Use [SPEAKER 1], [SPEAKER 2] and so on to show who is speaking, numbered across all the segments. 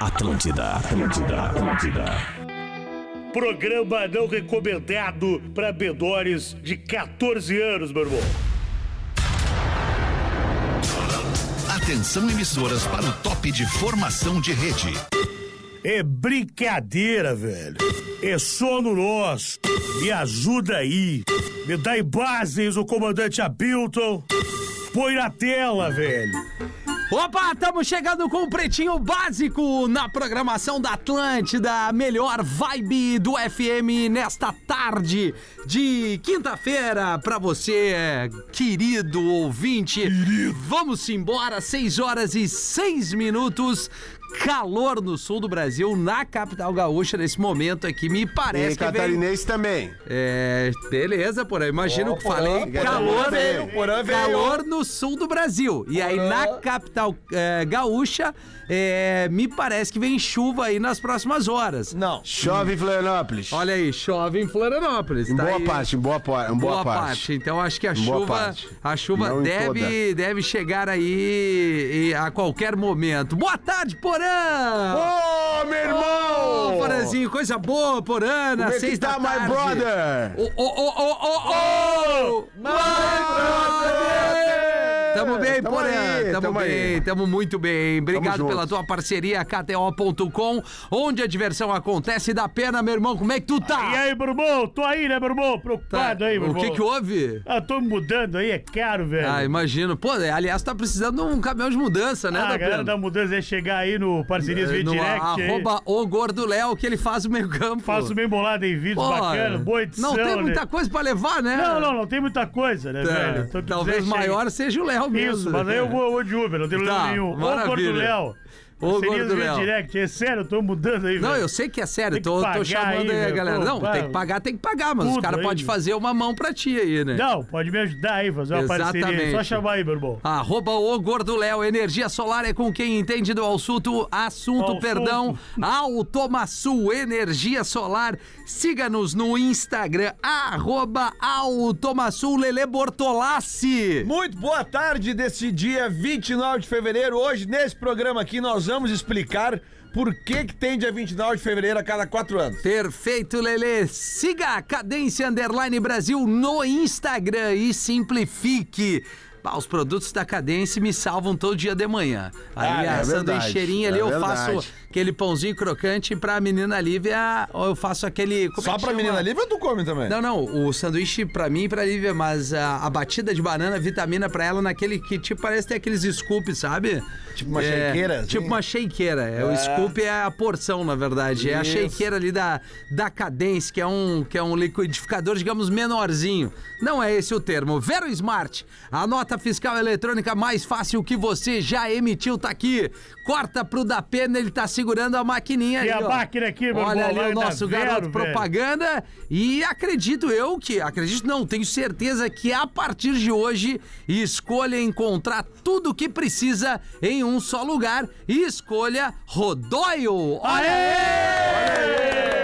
[SPEAKER 1] Atlântida, Atlântida, Atlântida.
[SPEAKER 2] Programa não recomendado para bedores de 14 anos, meu irmão.
[SPEAKER 3] Atenção emissoras para o top de formação de rede.
[SPEAKER 2] É brincadeira, velho. É sono nosso. Me ajuda aí. Me dá em bases o comandante Abilton. Põe na tela, velho.
[SPEAKER 4] Opa, estamos chegando com o Pretinho Básico na programação da Atlântida, a melhor vibe do FM nesta tarde de quinta-feira para você, querido ouvinte. Vamos embora, 6 horas e 6 minutos. Calor no sul do Brasil, na capital gaúcha, nesse momento aqui, me parece
[SPEAKER 5] E
[SPEAKER 4] que vem...
[SPEAKER 5] catarinense também.
[SPEAKER 4] É, beleza, porra. Imagina o que falei.
[SPEAKER 5] porã,
[SPEAKER 4] calor,
[SPEAKER 5] veio, porã veio.
[SPEAKER 4] calor no sul do Brasil. E aí na capital eh, gaúcha, eh, me parece que vem chuva aí nas próximas horas.
[SPEAKER 6] Não.
[SPEAKER 5] Chove em Florianópolis.
[SPEAKER 4] Olha aí, chove em Florianópolis.
[SPEAKER 5] em
[SPEAKER 4] tá
[SPEAKER 5] boa
[SPEAKER 4] aí.
[SPEAKER 5] parte, em boa, por- em boa, parte.
[SPEAKER 4] Então acho que a
[SPEAKER 5] Em boa
[SPEAKER 4] chuva,
[SPEAKER 5] parte.
[SPEAKER 4] a chuva
[SPEAKER 5] Não em
[SPEAKER 4] deve, deve chegar aí e- a qualquer momento. Boa tarde, Porã!
[SPEAKER 5] Ô, meu irmão!
[SPEAKER 4] Ô, Porãzinho, coisa boa, Porã,
[SPEAKER 5] Como
[SPEAKER 4] às
[SPEAKER 5] é que
[SPEAKER 4] seis
[SPEAKER 5] tá,
[SPEAKER 4] da
[SPEAKER 5] my
[SPEAKER 4] tarde.
[SPEAKER 5] brother?
[SPEAKER 4] Ô, ô, ô, ô, ô, ô! Brother! Tamo bem,
[SPEAKER 5] Tamo
[SPEAKER 4] Porã.
[SPEAKER 5] aí,
[SPEAKER 4] Tamo,
[SPEAKER 5] tamo
[SPEAKER 4] bem,
[SPEAKER 5] aí.
[SPEAKER 4] tamo muito bem. Obrigado
[SPEAKER 5] Tamo
[SPEAKER 4] pela
[SPEAKER 5] junto.
[SPEAKER 4] tua parceria, KTO.com, onde a diversão acontece. Dá pena, meu irmão, como é que tu
[SPEAKER 2] E
[SPEAKER 4] tá?
[SPEAKER 2] aí, meu irmão? Tô aí, né, meu irmão?
[SPEAKER 4] Tá,
[SPEAKER 2] Preocupado aí, meu
[SPEAKER 4] o
[SPEAKER 2] irmão.
[SPEAKER 4] que que houve?
[SPEAKER 2] Ah, tô me mudando aí, é caro, velho.
[SPEAKER 4] Ah,
[SPEAKER 2] Ah,
[SPEAKER 4] imagino. Pô, aliás, tá precisando de um caminhão de mudança, né,
[SPEAKER 2] a Ah, galera da mudança é chegar aí no Parcerias Via
[SPEAKER 4] É, no
[SPEAKER 2] Direct aí.
[SPEAKER 4] arroba o Gordo Léo, que ele faz o meio campo.
[SPEAKER 2] Faço bem bolado em vídeos
[SPEAKER 4] Pô,
[SPEAKER 2] bacanas, boa edição,
[SPEAKER 4] Não tem
[SPEAKER 2] né?
[SPEAKER 4] muita coisa pra levar, né?
[SPEAKER 2] Não, não, não tem muita coisa, né,
[SPEAKER 4] Tá.
[SPEAKER 2] velho? Tô-
[SPEAKER 4] Talvez
[SPEAKER 2] chega-
[SPEAKER 4] maior seja o Léo mesmo. né?
[SPEAKER 2] Isso, mas aí eu vou, eu vou de Uber, não tem problema
[SPEAKER 4] Tá,
[SPEAKER 2] nenhum. Ô,
[SPEAKER 4] maravilha.
[SPEAKER 2] Gordo Léo.
[SPEAKER 4] Ô,
[SPEAKER 2] Parcerias
[SPEAKER 4] Gordo
[SPEAKER 2] Via
[SPEAKER 4] Léo.
[SPEAKER 2] Direct, é sério, eu tô mudando aí,
[SPEAKER 4] Não,
[SPEAKER 2] velho.
[SPEAKER 4] eu sei que é sério,
[SPEAKER 2] Né? Tem que
[SPEAKER 4] tô, tô
[SPEAKER 2] pagar aí,
[SPEAKER 4] chamando aí a
[SPEAKER 2] meu,
[SPEAKER 4] galera.
[SPEAKER 2] pô,
[SPEAKER 4] Não,
[SPEAKER 2] vai.
[SPEAKER 4] tem que pagar, tem que pagar, mas os
[SPEAKER 2] Tudo
[SPEAKER 4] caras
[SPEAKER 2] aí,
[SPEAKER 4] podem
[SPEAKER 2] meu.
[SPEAKER 4] fazer uma mão pra ti aí, né?
[SPEAKER 2] Não, pode me ajudar aí, fazer uma parceria aí. Só
[SPEAKER 4] Exatamente.
[SPEAKER 2] chamar aí, meu irmão.
[SPEAKER 4] Arroba o Gordo Léo, energia solar é com quem entende do assunto, assunto,
[SPEAKER 2] Assunto.
[SPEAKER 4] perdão, Automaçul Energia Solar. Siga-nos no Instagram, arroba Automaçul Lele Bortolassi.
[SPEAKER 6] Muito boa tarde desse dia 29 de fevereiro. Hoje, nesse programa aqui, nós vamos explicar por que, que tem dia 29 de fevereiro a cada quatro anos.
[SPEAKER 4] Perfeito, Lele. Siga a Cadência Underline Brasil no Instagram e simplifique. Pá, os produtos da Cadência me salvam todo dia de manhã. Aí
[SPEAKER 5] Ah,
[SPEAKER 4] a
[SPEAKER 5] é verdade,
[SPEAKER 4] sanduicheirinha ali
[SPEAKER 5] é
[SPEAKER 4] eu
[SPEAKER 5] verdade.
[SPEAKER 4] faço aquele pãozinho crocante pra menina Lívia, ou eu faço aquele. como é
[SPEAKER 6] Só
[SPEAKER 4] que
[SPEAKER 6] pra
[SPEAKER 4] chama?
[SPEAKER 6] menina livre ou tu come também?
[SPEAKER 4] Não, não, o sanduíche pra mim e pra Lívia, mas a, a batida de banana, vitamina pra ela naquele que tipo parece ter aqueles scoops, sabe?
[SPEAKER 6] Tipo uma
[SPEAKER 4] É,
[SPEAKER 6] shakeira, assim?
[SPEAKER 4] Tipo uma shakeira. É, O scoop é a porção, na verdade. É a
[SPEAKER 6] Isso.
[SPEAKER 4] shakeira ali da, da Cadence, que é, um, que é um liquidificador, digamos, menorzinho. Não é esse o termo. Vero Smart, a nota fiscal eletrônica mais fácil que você já emitiu, tá aqui. Corta pro da pena, ele tá segurando a maquininha
[SPEAKER 2] Tem
[SPEAKER 4] ali,
[SPEAKER 2] a
[SPEAKER 4] ó.
[SPEAKER 2] máquina aqui, meu
[SPEAKER 4] Olha
[SPEAKER 2] irmão,
[SPEAKER 4] ali
[SPEAKER 2] lá
[SPEAKER 4] o
[SPEAKER 2] da
[SPEAKER 4] nosso
[SPEAKER 2] Vero,
[SPEAKER 4] garoto
[SPEAKER 2] velho.
[SPEAKER 4] propaganda. E acredito eu que, acredito não, tenho certeza que a partir de hoje escolha encontrar tudo o que precisa em um só lugar e escolha Rodoio. Olha aí!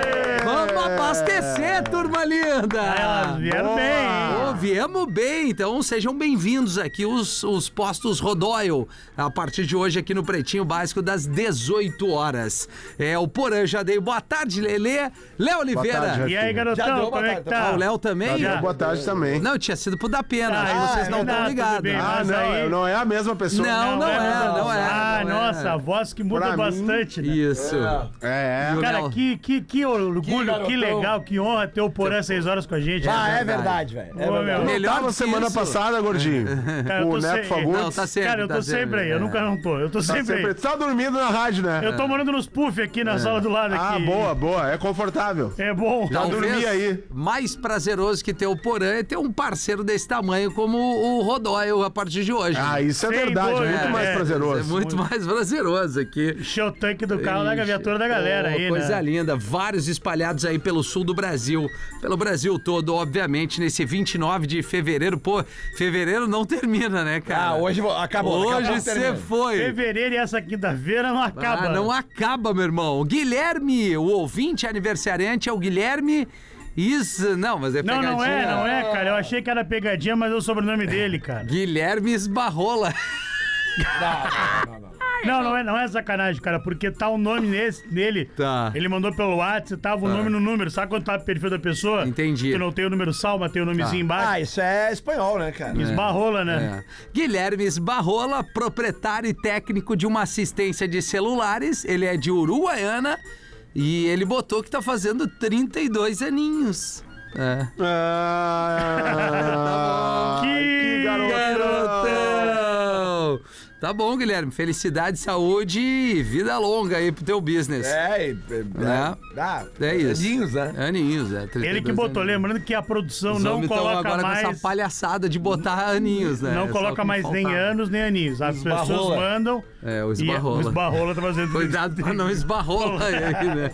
[SPEAKER 4] Vamos abastecer, turma
[SPEAKER 2] Ah, Elas
[SPEAKER 4] linda!
[SPEAKER 2] vieram bem, hein?
[SPEAKER 4] Ô, viemos bem, então sejam bem-vindos aqui os, os postos Rodoil, a partir de hoje aqui no Pretinho Básico das 18 horas. É o Porã, já dei boa tarde, Lelê, Léo Oliveira.
[SPEAKER 5] tarde,
[SPEAKER 2] E aí,
[SPEAKER 6] Já deu
[SPEAKER 2] garotão,
[SPEAKER 6] uma
[SPEAKER 2] como é que
[SPEAKER 6] tarde,
[SPEAKER 2] tá?
[SPEAKER 4] Ah, o Léo também?
[SPEAKER 2] Já.
[SPEAKER 5] Boa tarde também.
[SPEAKER 4] Não, tinha sido pro da pena,
[SPEAKER 2] Ah,
[SPEAKER 4] aí
[SPEAKER 2] é
[SPEAKER 4] vocês não
[SPEAKER 2] verdade,
[SPEAKER 4] estão
[SPEAKER 2] tudo
[SPEAKER 4] ligados.
[SPEAKER 2] bem,
[SPEAKER 5] Ah,
[SPEAKER 2] mas
[SPEAKER 5] não,
[SPEAKER 2] aí-
[SPEAKER 5] eu não é a mesma pessoa.
[SPEAKER 4] Não, não é, não é,
[SPEAKER 2] Ah,
[SPEAKER 4] não é.
[SPEAKER 2] nossa, a voz que muda
[SPEAKER 5] Pra
[SPEAKER 2] bastante, né?
[SPEAKER 4] Isso.
[SPEAKER 5] É, é.
[SPEAKER 4] E o
[SPEAKER 2] Cara,
[SPEAKER 4] Léo?
[SPEAKER 2] que, que, que orgulho, que,
[SPEAKER 6] garotão.
[SPEAKER 2] legal, que honra ter o Porã
[SPEAKER 4] é
[SPEAKER 2] seis horas com a gente.
[SPEAKER 6] Ah,
[SPEAKER 2] né?
[SPEAKER 6] é verdade, velho. É
[SPEAKER 2] Ô, meu.
[SPEAKER 6] verdade.
[SPEAKER 5] Eu
[SPEAKER 4] melhor
[SPEAKER 5] tava
[SPEAKER 4] que
[SPEAKER 5] semana
[SPEAKER 4] isso.
[SPEAKER 5] passada, gordinho.
[SPEAKER 2] Cara,
[SPEAKER 5] com
[SPEAKER 2] É, eu
[SPEAKER 5] o
[SPEAKER 2] tô
[SPEAKER 5] Neto
[SPEAKER 2] sem-
[SPEAKER 5] Fagundes.
[SPEAKER 4] Não, tá sempre.
[SPEAKER 2] Cara, eu tô
[SPEAKER 4] tá
[SPEAKER 2] sempre aí, eu nunca não tô, eu tô
[SPEAKER 5] Tá
[SPEAKER 2] sempre,
[SPEAKER 5] sempre-
[SPEAKER 2] aí.
[SPEAKER 5] Tu tá dormindo na rádio, né?
[SPEAKER 4] É.
[SPEAKER 2] Eu tô morando nos puff aqui na sala do lado
[SPEAKER 5] Ah,
[SPEAKER 2] aqui.
[SPEAKER 5] boa, boa. É confortável.
[SPEAKER 2] É bom.
[SPEAKER 5] Já dormi aí.
[SPEAKER 4] mais prazeroso que ter o Porã é ter um parceiro desse tamanho como o Rodoil a partir de hoje.
[SPEAKER 5] Ah, isso é
[SPEAKER 2] Sem
[SPEAKER 5] verdade.
[SPEAKER 2] dúvida,
[SPEAKER 5] muito mais
[SPEAKER 2] é.
[SPEAKER 4] É
[SPEAKER 5] prazeroso.
[SPEAKER 4] muito mais prazeroso aqui.
[SPEAKER 2] Encher o tanque do carro da viatura da galera
[SPEAKER 4] Pô,
[SPEAKER 2] aí,
[SPEAKER 4] um Coisa
[SPEAKER 2] né?
[SPEAKER 4] linda, vários espalhados aí pelo sul do Brasil, pelo Brasil todo, obviamente, nesse 29 de fevereiro. Pô, fevereiro não termina, né, cara?
[SPEAKER 6] Ah, hoje vou- acabou. daqui a
[SPEAKER 4] Hoje
[SPEAKER 6] pouco
[SPEAKER 4] você
[SPEAKER 6] termina.
[SPEAKER 4] foi.
[SPEAKER 2] Fevereiro e essa quinta-feira não acaba.
[SPEAKER 4] Ah, não acaba, meu irmão. O Guilherme, o ouvinte aniversariante é o Guilherme Is... Não, mas é
[SPEAKER 2] Não,
[SPEAKER 4] pegadinha.
[SPEAKER 2] não é, não é, cara. Eu achei que era pegadinha, mas é o sobrenome dele, cara.
[SPEAKER 4] Guilherme Esbarrola.
[SPEAKER 6] Não, não, não, não.
[SPEAKER 2] Não, não é, não é sacanagem, cara, porque tá o nome nesse, nele.
[SPEAKER 4] Tá.
[SPEAKER 2] Ele mandou pelo WhatsApp, tava o nome no número. Sabe quando tá o perfil da pessoa?
[SPEAKER 4] Entendi. Tá.
[SPEAKER 2] Tu não tem o número salva, tem o nomezinho
[SPEAKER 6] Ah,
[SPEAKER 2] embaixo.
[SPEAKER 6] isso é espanhol, né, cara?
[SPEAKER 2] Esbarrola, né?
[SPEAKER 4] É. Guilherme Esbarrola, proprietário e técnico de uma assistência de celulares, ele é de Uruguaiana e ele botou que tá fazendo 32 aninhos. É.
[SPEAKER 5] Ah,
[SPEAKER 2] Que
[SPEAKER 4] Garotão! Tá bom, Guilherme. Felicidade, saúde e vida longa aí pro teu business. É,
[SPEAKER 6] É, é, é, dá.
[SPEAKER 4] isso.
[SPEAKER 6] Aninhos, né?
[SPEAKER 4] Aninhos, é. 32
[SPEAKER 2] Ele que botou,
[SPEAKER 4] aninhos.
[SPEAKER 2] lembrando que a produção
[SPEAKER 4] Os
[SPEAKER 2] não
[SPEAKER 4] homens tão
[SPEAKER 2] coloca
[SPEAKER 4] agora com
[SPEAKER 2] mais.
[SPEAKER 4] essa palhaçada de botar aninhos, né? É
[SPEAKER 2] Não
[SPEAKER 4] só o
[SPEAKER 2] coloca
[SPEAKER 4] que
[SPEAKER 2] mais nem
[SPEAKER 4] faltava.
[SPEAKER 2] anos nem aninhos. As pessoas
[SPEAKER 6] Esbarrola.
[SPEAKER 2] mandam.
[SPEAKER 4] É, o
[SPEAKER 2] e
[SPEAKER 4] esbarrola.
[SPEAKER 2] O esbarrola tá fazendo.
[SPEAKER 4] Cuidado pra não esbarrola aí, né?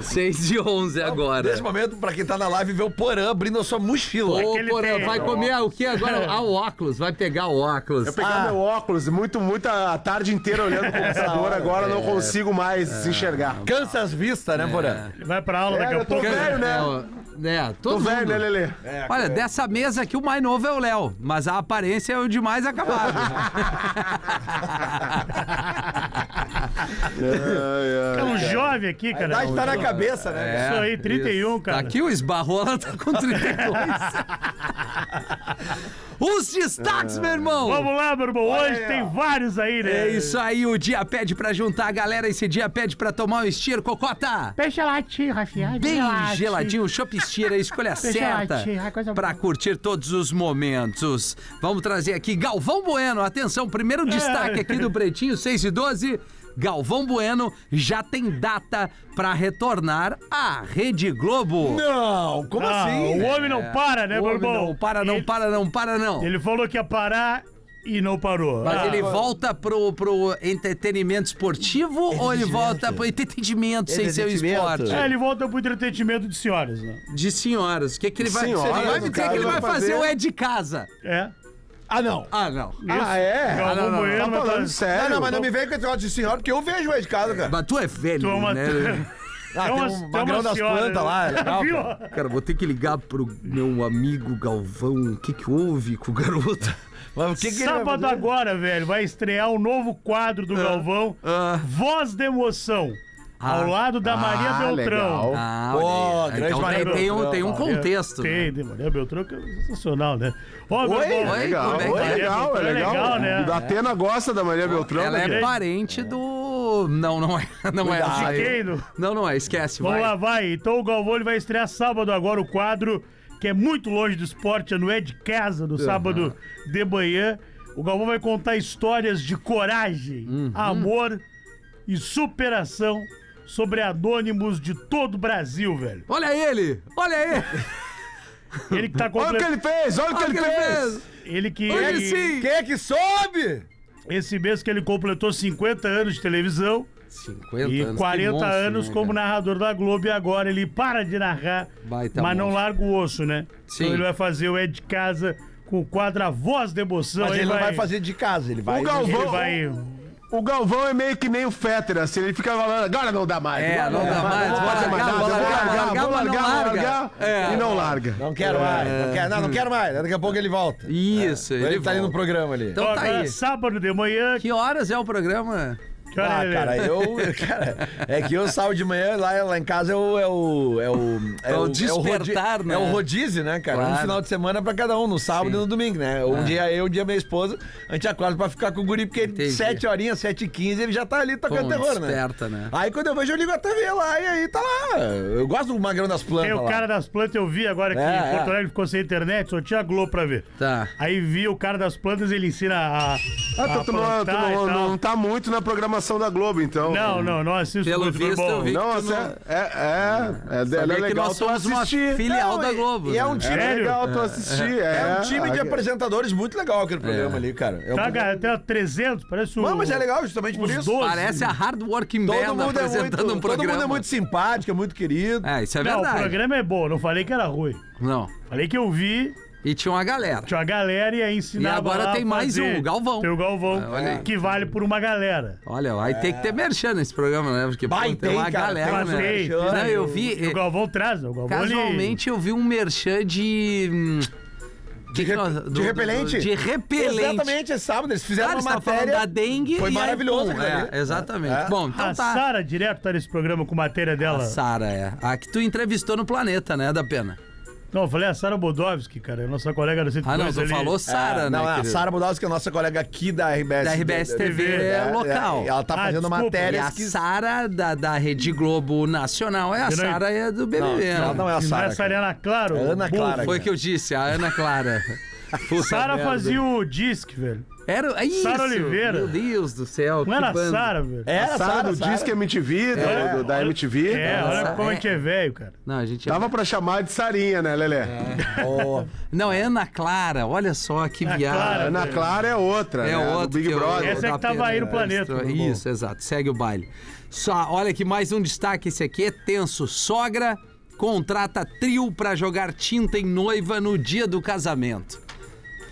[SPEAKER 4] 6 e 11 agora.
[SPEAKER 6] Nesse momento, pra quem tá na live, vê o Porã abrindo a sua mochila.
[SPEAKER 4] Ô,
[SPEAKER 2] Aquele
[SPEAKER 4] Porã,
[SPEAKER 2] tem-
[SPEAKER 4] vai comer o que agora? Ah, o óculos. Vai pegar o óculos. Ah,
[SPEAKER 5] Eu peguei meu óculos, muito, muita a tarde inteira olhando o computador, agora eu não consigo mais enxergar.
[SPEAKER 6] Cansa as vistas, né, Porã?
[SPEAKER 2] Ele Vai pra aula daqui a
[SPEAKER 5] eu tô
[SPEAKER 2] pouco.
[SPEAKER 5] velho, né?
[SPEAKER 4] É, ó, né? Todo
[SPEAKER 5] Tô velho,
[SPEAKER 4] mundo.
[SPEAKER 5] né, Lelê?
[SPEAKER 4] Olha, dessa mesa aqui o mais novo é o Léo, mas a aparência é o de mais acabado.
[SPEAKER 2] É um jovem aqui, cara.
[SPEAKER 6] A idade tá na cabeça, né?
[SPEAKER 4] É,
[SPEAKER 2] Isso aí, 31,
[SPEAKER 4] isso.
[SPEAKER 2] cara.
[SPEAKER 4] Tá aqui o esbarrola tá com 32. Os destaques, meu irmão!
[SPEAKER 2] Vamos lá, meu irmão. Hoje tem vários aí, né?
[SPEAKER 4] É isso aí, o dia pede pra juntar a galera, esse dia pede pra tomar um estiro, cocota!
[SPEAKER 7] Peixe latim, Rafinha.
[SPEAKER 4] Bem geladinho, chopp estira, a escolha certa
[SPEAKER 7] latinha, ai, coisa
[SPEAKER 4] pra curtir todos os momentos. Vamos trazer aqui Galvão Bueno, atenção, primeiro
[SPEAKER 2] É.
[SPEAKER 4] destaque aqui do Pretinho, 6 e 12. Galvão Bueno já tem data pra retornar à Rede Globo.
[SPEAKER 6] Não, como
[SPEAKER 2] Ah,
[SPEAKER 6] assim?
[SPEAKER 2] o homem não para, né,
[SPEAKER 4] É. O
[SPEAKER 2] meu
[SPEAKER 4] homem
[SPEAKER 2] irmão?
[SPEAKER 4] Não para, não
[SPEAKER 2] ele,
[SPEAKER 4] para, não para, não.
[SPEAKER 2] Ele falou que ia parar e não parou.
[SPEAKER 4] Mas
[SPEAKER 2] Ah,
[SPEAKER 4] ele volta pro, pro entretenimento esportivo ou ele volta pro entretenimento sem ser o
[SPEAKER 6] Entretenimento.
[SPEAKER 4] esporte?
[SPEAKER 2] é, ele volta pro entretenimento de senhoras, né?
[SPEAKER 4] De senhoras. O que, que ele vai
[SPEAKER 5] Senhoras,
[SPEAKER 4] Ele vai me
[SPEAKER 5] no
[SPEAKER 4] dizer que ele
[SPEAKER 5] caso,
[SPEAKER 4] vai
[SPEAKER 5] vai
[SPEAKER 4] fazer
[SPEAKER 5] fazer-
[SPEAKER 4] o é de casa.
[SPEAKER 2] É.
[SPEAKER 6] Ah, não.
[SPEAKER 4] Ah, não.
[SPEAKER 5] Ah, é?
[SPEAKER 2] Galvão
[SPEAKER 4] Ah, não, não,
[SPEAKER 2] Bueno,
[SPEAKER 5] Tá
[SPEAKER 2] mas
[SPEAKER 5] falando sério?
[SPEAKER 6] Ah, não, mas não me vem com esse negócio de senhora, porque eu vejo ele de casa, cara.
[SPEAKER 4] Mas tu é velho,
[SPEAKER 2] Tu é uma-
[SPEAKER 4] né?
[SPEAKER 6] Ah, tem
[SPEAKER 2] umas-
[SPEAKER 6] um
[SPEAKER 2] tem
[SPEAKER 6] magrão
[SPEAKER 2] umas
[SPEAKER 6] das
[SPEAKER 2] senhoras,
[SPEAKER 6] plantas lá, é legal,
[SPEAKER 2] né? Viu?
[SPEAKER 6] cara.
[SPEAKER 4] Cara, vou ter que ligar pro meu amigo Galvão. O que que houve com o garoto?
[SPEAKER 6] Mas o que que ele vai
[SPEAKER 2] Sábado
[SPEAKER 6] fazer?
[SPEAKER 2] agora, velho, vai estrear o novo quadro do Galvão,
[SPEAKER 4] ah.
[SPEAKER 2] Voz da Emoção,
[SPEAKER 6] Ah,
[SPEAKER 2] ao lado da Maria
[SPEAKER 5] Ah,
[SPEAKER 2] Beltrão.
[SPEAKER 5] legal.
[SPEAKER 4] Ah,
[SPEAKER 6] Pô,
[SPEAKER 4] olha aí.
[SPEAKER 6] grande
[SPEAKER 4] então tem,
[SPEAKER 6] Maria
[SPEAKER 4] tem um,
[SPEAKER 6] Beltrão,
[SPEAKER 4] tem um
[SPEAKER 6] Maria-
[SPEAKER 4] contexto. né?
[SPEAKER 2] Tem, né? Maria Beltrão que é sensacional, né? Ó, meu
[SPEAKER 6] Oi,
[SPEAKER 2] irmão,
[SPEAKER 4] oi,
[SPEAKER 5] Legal,
[SPEAKER 6] tá?
[SPEAKER 4] como é que
[SPEAKER 5] é
[SPEAKER 4] é?
[SPEAKER 5] legal, é
[SPEAKER 2] É
[SPEAKER 5] legal.
[SPEAKER 2] legal, né?
[SPEAKER 5] O Datena gosta da Maria Beltrão.
[SPEAKER 4] Ela
[SPEAKER 5] né?
[SPEAKER 4] é parente do. Não, não é. Não é. essa aí.
[SPEAKER 2] Fiquei no-
[SPEAKER 4] Não, não é. Esquece.
[SPEAKER 2] Vamos
[SPEAKER 4] vai.
[SPEAKER 2] lá, vai. Então o Galvão ele vai estrear sábado agora o quadro, que é muito longe do esporte, é no É de Casa, no sábado de manhã. O Galvão vai contar histórias de coragem, amor e superação sobre anônimos de todo o Brasil, velho.
[SPEAKER 4] Olha ele! Olha ele!
[SPEAKER 2] Ele que tá
[SPEAKER 5] Olha o que
[SPEAKER 2] completando.
[SPEAKER 5] ele fez, olha o que
[SPEAKER 4] Olha o
[SPEAKER 5] ele fez.
[SPEAKER 2] Ele que.
[SPEAKER 4] Olha
[SPEAKER 2] ele-
[SPEAKER 4] sim!
[SPEAKER 6] Quem é que sobe?
[SPEAKER 2] Esse mês que ele completou 50 anos de televisão
[SPEAKER 4] 50
[SPEAKER 2] e
[SPEAKER 4] anos. que
[SPEAKER 2] 40
[SPEAKER 4] monstro,
[SPEAKER 2] anos
[SPEAKER 4] né,
[SPEAKER 2] como
[SPEAKER 4] cara?
[SPEAKER 2] narrador da Globo e agora ele para de narrar,
[SPEAKER 4] Baita
[SPEAKER 2] mas não
[SPEAKER 4] monstro.
[SPEAKER 2] larga o osso, né?
[SPEAKER 4] Sim.
[SPEAKER 2] Então ele vai fazer o É de Casa com o quadro A Voz da Emoção.
[SPEAKER 6] Mas ele não vai fazer de Então casa, ele vai.
[SPEAKER 5] O
[SPEAKER 2] Ele
[SPEAKER 5] Galvão,
[SPEAKER 2] vai...
[SPEAKER 5] o Galvão é meio que nem o Fetter, assim, ele fica falando, agora não dá mais.
[SPEAKER 4] É, não dá mais,
[SPEAKER 5] Não
[SPEAKER 4] vou
[SPEAKER 5] pode
[SPEAKER 4] largar,
[SPEAKER 5] mais nada,
[SPEAKER 4] vou
[SPEAKER 5] vou
[SPEAKER 4] largar, vou largar,
[SPEAKER 5] largar, vou
[SPEAKER 4] mas
[SPEAKER 5] largar,
[SPEAKER 4] não
[SPEAKER 5] vou
[SPEAKER 4] larga.
[SPEAKER 5] largar
[SPEAKER 4] É.
[SPEAKER 5] e não larga.
[SPEAKER 6] Não quero mais. Não, quero, não, não quero mais. Daqui a pouco ele volta.
[SPEAKER 4] Isso,
[SPEAKER 6] Ele,
[SPEAKER 4] ele,
[SPEAKER 6] tá ali no
[SPEAKER 4] volta.
[SPEAKER 6] programa ali.
[SPEAKER 4] Então tá
[SPEAKER 2] Agora,
[SPEAKER 4] aí.
[SPEAKER 2] sábado de manhã...
[SPEAKER 4] Que horas é o programa?
[SPEAKER 2] Que hora
[SPEAKER 6] Ah,
[SPEAKER 2] ele-
[SPEAKER 6] cara, eu. Cara, é que eu saio de manhã lá, lá em casa é o. É o, é o, é
[SPEAKER 4] É o
[SPEAKER 6] é rodi-
[SPEAKER 4] despertar, né?
[SPEAKER 6] É o rodízio, né, cara? Um
[SPEAKER 4] Claro. Ah.
[SPEAKER 6] final de semana pra cada um, no sábado e no domingo, né? Um dia eu, um dia minha esposa. A gente acorda pra ficar com o guri, porque
[SPEAKER 4] Entendi.
[SPEAKER 6] 7 horinhas, 7 e 15 ele já tá ali tocando
[SPEAKER 4] Bom,
[SPEAKER 6] terror, né?
[SPEAKER 4] desperta, né?
[SPEAKER 6] Aí quando eu vejo, eu ligo a TV lá e aí tá lá. Eu gosto do magrão das plantas.
[SPEAKER 2] Tem o
[SPEAKER 6] lá.
[SPEAKER 2] cara das plantas, eu vi agora que
[SPEAKER 6] É,
[SPEAKER 2] em Porto
[SPEAKER 6] é.
[SPEAKER 2] Alegre ficou sem internet, só tinha a Globo pra ver.
[SPEAKER 4] Tá.
[SPEAKER 2] Aí vi o cara das plantas, ele ensina a.
[SPEAKER 5] Ah, tu, tu não, tu
[SPEAKER 2] plantar e
[SPEAKER 5] não,
[SPEAKER 2] tal.
[SPEAKER 5] não tá muito na programação da Globo, então.
[SPEAKER 2] Não, não, não assisto
[SPEAKER 4] Pelo
[SPEAKER 2] muito
[SPEAKER 4] visto,
[SPEAKER 2] futebol.
[SPEAKER 4] eu vi
[SPEAKER 5] Não,
[SPEAKER 4] que tu
[SPEAKER 5] assim,
[SPEAKER 4] não-
[SPEAKER 5] é, é, é, é,
[SPEAKER 4] Sabia que
[SPEAKER 5] legal
[SPEAKER 4] nós
[SPEAKER 5] tu
[SPEAKER 4] somos uma
[SPEAKER 5] assistir.
[SPEAKER 4] filial
[SPEAKER 6] Não,
[SPEAKER 4] da
[SPEAKER 6] e-
[SPEAKER 4] Globo. né?
[SPEAKER 6] e é um
[SPEAKER 5] É
[SPEAKER 6] time,
[SPEAKER 2] Sério?
[SPEAKER 5] legal tu assistir.
[SPEAKER 6] é um time de
[SPEAKER 5] apresentação.
[SPEAKER 6] apresentadores muito legal aquele programa ali, cara. É um
[SPEAKER 2] Tá,
[SPEAKER 6] programa-
[SPEAKER 2] cara, até 300, parece o.
[SPEAKER 6] Não, mas é legal justamente por
[SPEAKER 2] Os
[SPEAKER 6] isso.
[SPEAKER 2] doze.
[SPEAKER 4] Parece a Hard Working
[SPEAKER 6] Todo
[SPEAKER 4] Band
[SPEAKER 6] mundo, é
[SPEAKER 4] apresentando
[SPEAKER 6] muito,
[SPEAKER 4] um
[SPEAKER 6] todo
[SPEAKER 4] programa.
[SPEAKER 6] mundo é muito simpático, é muito querido.
[SPEAKER 4] É, isso é
[SPEAKER 2] Não, o
[SPEAKER 4] verdade.
[SPEAKER 2] programa é bom, não falei que era ruim.
[SPEAKER 4] Não.
[SPEAKER 2] Falei que eu vi,
[SPEAKER 4] E tinha uma galera.
[SPEAKER 2] tinha uma galera e aí ensinava.
[SPEAKER 4] E agora
[SPEAKER 2] lá a
[SPEAKER 4] tem mais
[SPEAKER 2] fazer.
[SPEAKER 4] um, o Galvão.
[SPEAKER 2] Tem o Galvão,
[SPEAKER 4] olha aí.
[SPEAKER 2] que vale por uma galera.
[SPEAKER 4] Olha, vai ter que ter merchan nesse programa, né? Porque pô,
[SPEAKER 6] É. Vai,
[SPEAKER 4] tem
[SPEAKER 6] tem,
[SPEAKER 4] uma
[SPEAKER 6] cara,
[SPEAKER 4] galera,
[SPEAKER 2] tem,
[SPEAKER 4] né?
[SPEAKER 2] tem.
[SPEAKER 4] Não, eu vi.
[SPEAKER 2] E o
[SPEAKER 4] eh,
[SPEAKER 2] Galvão traz, né? O Galvão ele-
[SPEAKER 4] Casualmente eu vi um merchan de. hum, Que que nós- do- do-
[SPEAKER 5] de repelente?
[SPEAKER 4] De repelente.
[SPEAKER 6] Exatamente, é sábado. Eles fizeram
[SPEAKER 4] Claro, você
[SPEAKER 6] uma
[SPEAKER 4] tá falando
[SPEAKER 6] matéria.
[SPEAKER 4] da dengue
[SPEAKER 6] Foi
[SPEAKER 4] e aí,
[SPEAKER 6] maravilhoso.
[SPEAKER 4] pum,
[SPEAKER 6] aquilo ali.
[SPEAKER 4] é, exatamente.
[SPEAKER 6] É.
[SPEAKER 4] Bom, então
[SPEAKER 2] A
[SPEAKER 4] tá.
[SPEAKER 2] Sara direto tá nesse programa com matéria
[SPEAKER 4] A
[SPEAKER 2] dela.
[SPEAKER 4] Sara, é. A que tu entrevistou no Planeta, né, da Pena?
[SPEAKER 2] Não, eu falei a Sara Bodovski, cara, nossa colega do Centro
[SPEAKER 4] Ah, não, tu falou Sara,
[SPEAKER 6] É,
[SPEAKER 4] né,
[SPEAKER 6] não, a
[SPEAKER 4] querido?
[SPEAKER 6] Sara é Budowski, que é a nossa colega aqui da RBS.
[SPEAKER 4] Da RBS TV
[SPEAKER 6] né?
[SPEAKER 4] é local.
[SPEAKER 6] Ela tá
[SPEAKER 2] Ah,
[SPEAKER 6] fazendo
[SPEAKER 2] desculpa.
[SPEAKER 4] E
[SPEAKER 6] matérias
[SPEAKER 4] a
[SPEAKER 6] que.
[SPEAKER 4] Sara da, da Rede Globo Nacional é a
[SPEAKER 2] Eu não-
[SPEAKER 4] Sara é do BBB.
[SPEAKER 6] Não,
[SPEAKER 4] né?
[SPEAKER 6] ela não é a
[SPEAKER 2] Sara.
[SPEAKER 6] Sara.
[SPEAKER 2] Essa
[SPEAKER 6] cara.
[SPEAKER 2] Ariana, claro.
[SPEAKER 6] É Ana
[SPEAKER 2] burro.
[SPEAKER 6] Clara.
[SPEAKER 4] Foi o que eu disse, a Ana Clara. Puta
[SPEAKER 2] Sara
[SPEAKER 4] merda.
[SPEAKER 2] fazia o disque, velho.
[SPEAKER 4] Era é isso.
[SPEAKER 2] Sara Oliveira.
[SPEAKER 4] Meu Deus do céu.
[SPEAKER 2] Não
[SPEAKER 4] que
[SPEAKER 2] era
[SPEAKER 4] banda.
[SPEAKER 2] Sara, velho.
[SPEAKER 5] É,
[SPEAKER 6] Era
[SPEAKER 5] a Sara do Disque MTV, do-
[SPEAKER 2] É.
[SPEAKER 5] do- da MTV.
[SPEAKER 2] É, olha
[SPEAKER 4] Sara-
[SPEAKER 2] como a
[SPEAKER 4] é.
[SPEAKER 2] gente é velho, cara.
[SPEAKER 4] Não, a gente. é
[SPEAKER 5] Dava pra chamar de Sarinha, né, Lelé?
[SPEAKER 4] Não, é Ana Clara. Olha só que
[SPEAKER 2] Ana
[SPEAKER 4] viagem.
[SPEAKER 2] Clara.
[SPEAKER 5] Ana Clara é outra,
[SPEAKER 4] É
[SPEAKER 5] né?
[SPEAKER 4] outro.
[SPEAKER 5] do Big
[SPEAKER 4] que eu-
[SPEAKER 5] Brother.
[SPEAKER 2] Essa é que
[SPEAKER 4] da
[SPEAKER 2] tava
[SPEAKER 4] pena.
[SPEAKER 2] aí no planeta,
[SPEAKER 4] Isso,
[SPEAKER 2] muito bom.
[SPEAKER 4] Isso, exato. Segue o baile. Só, olha aqui, mais um destaque. Esse aqui é tenso. Sogra contrata trio pra jogar tinta em noiva no dia do casamento.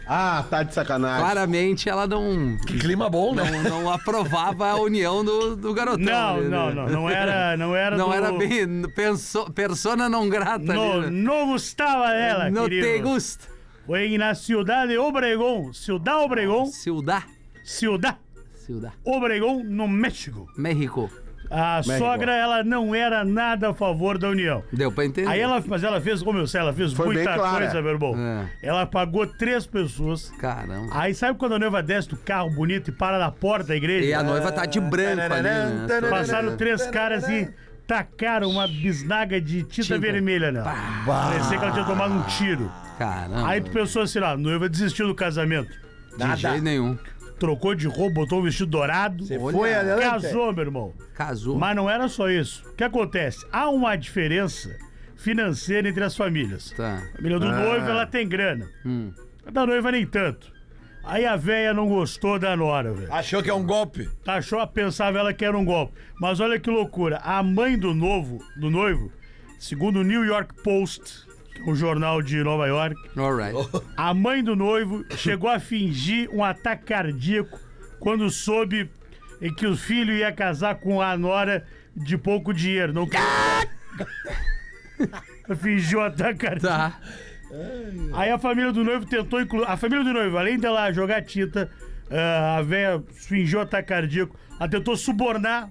[SPEAKER 5] Ah, tá de sacanagem.
[SPEAKER 4] Claramente ela não,
[SPEAKER 6] Que clima bom, né?
[SPEAKER 4] não, não aprovava a união do, do garotão.
[SPEAKER 2] Não,
[SPEAKER 4] ali, né?
[SPEAKER 2] não, não. Não era. Não era,
[SPEAKER 4] Não
[SPEAKER 2] do-
[SPEAKER 4] era bem. perso- persona não grata.
[SPEAKER 2] No,
[SPEAKER 4] ali, né?
[SPEAKER 2] não gostava dela,
[SPEAKER 4] não
[SPEAKER 2] querido.
[SPEAKER 4] te gusta.
[SPEAKER 2] Foi na Ciudad Obregón. Ciudad Obregón.
[SPEAKER 4] Ciudad.
[SPEAKER 2] Ciudad
[SPEAKER 4] Ciudad.
[SPEAKER 2] Obregón, no México.
[SPEAKER 4] México.
[SPEAKER 2] A sogra, ela não era nada a favor da União.
[SPEAKER 4] Deu pra entender.
[SPEAKER 2] Aí ela, mas ela fez, como eu sei, ela fez
[SPEAKER 5] Foi bem
[SPEAKER 2] muita
[SPEAKER 5] clara.
[SPEAKER 2] coisa, meu irmão.
[SPEAKER 4] É.
[SPEAKER 2] Ela pagou três pessoas.
[SPEAKER 4] Caramba.
[SPEAKER 2] Aí sabe quando a noiva desce do carro bonito e para na porta da igreja?
[SPEAKER 4] E a noiva tá de branco ali, né?
[SPEAKER 6] Tananã,
[SPEAKER 2] É. Passaram três caras e tacaram uma bisnaga de tinta
[SPEAKER 4] Tinta.
[SPEAKER 2] vermelha nela. Parecia que ela tinha tomado um tiro.
[SPEAKER 4] Caramba.
[SPEAKER 2] Aí tu pensou assim, ó, a noiva desistiu do casamento.
[SPEAKER 4] de jeito nenhum.
[SPEAKER 2] Trocou de roupa, botou um vestido dourado.
[SPEAKER 6] Foi adelante.
[SPEAKER 2] Casou, meu irmão.
[SPEAKER 4] Casou.
[SPEAKER 2] Mas não era só isso. O que acontece? Há uma diferença financeira entre as famílias.
[SPEAKER 4] Tá.
[SPEAKER 2] A família do noivo, ela tem grana. A da noiva, nem tanto. Aí a véia não gostou da nora, velho. Tá,
[SPEAKER 6] Achou que é um golpe.
[SPEAKER 2] Achou, pensava ela que era um golpe. Mas olha que loucura. A mãe do novo, do noivo, segundo o New York Post, que é um jornal de Nova York,
[SPEAKER 4] Alright.
[SPEAKER 2] a mãe do noivo chegou a fingir um ataque cardíaco quando soube eh, que o filho ia casar com a nora de pouco dinheiro. Não Fingiu um ataque cardíaco.
[SPEAKER 4] Tá.
[SPEAKER 2] Aí a família do noivo tentou incluir. A família do noivo, além dela jogar tinta, ah, a véia fingiu ataque cardíaco, ela tentou subornar.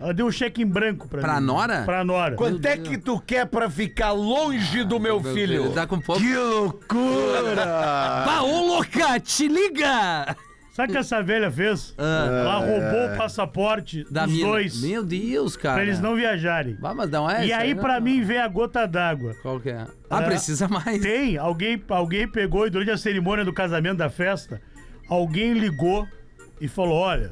[SPEAKER 2] Ela deu um cheque em branco pra
[SPEAKER 4] Pra
[SPEAKER 2] mim.
[SPEAKER 4] nora?
[SPEAKER 2] Pra Nora.
[SPEAKER 6] Quanto é que tu quer pra ficar
[SPEAKER 4] Ah,
[SPEAKER 6] longe do meu filho?
[SPEAKER 4] Tá com pouco.
[SPEAKER 5] Que loucura!
[SPEAKER 4] Bah, ô louca, te liga!
[SPEAKER 2] Sabe o que essa velha fez? ela roubou o passaporte dos
[SPEAKER 4] Ah. mina.
[SPEAKER 2] dois
[SPEAKER 4] Meu Deus, cara.
[SPEAKER 2] pra eles não viajarem.
[SPEAKER 4] Bah, mas não é
[SPEAKER 2] E
[SPEAKER 4] isso
[SPEAKER 2] aí,
[SPEAKER 4] não.
[SPEAKER 2] pra mim, vem a gota d'água.
[SPEAKER 4] Qual que é? Ah,
[SPEAKER 2] É.
[SPEAKER 4] precisa mais.
[SPEAKER 2] Tem, alguém, alguém pegou e durante a cerimônia do casamento da festa, alguém ligou e falou: olha,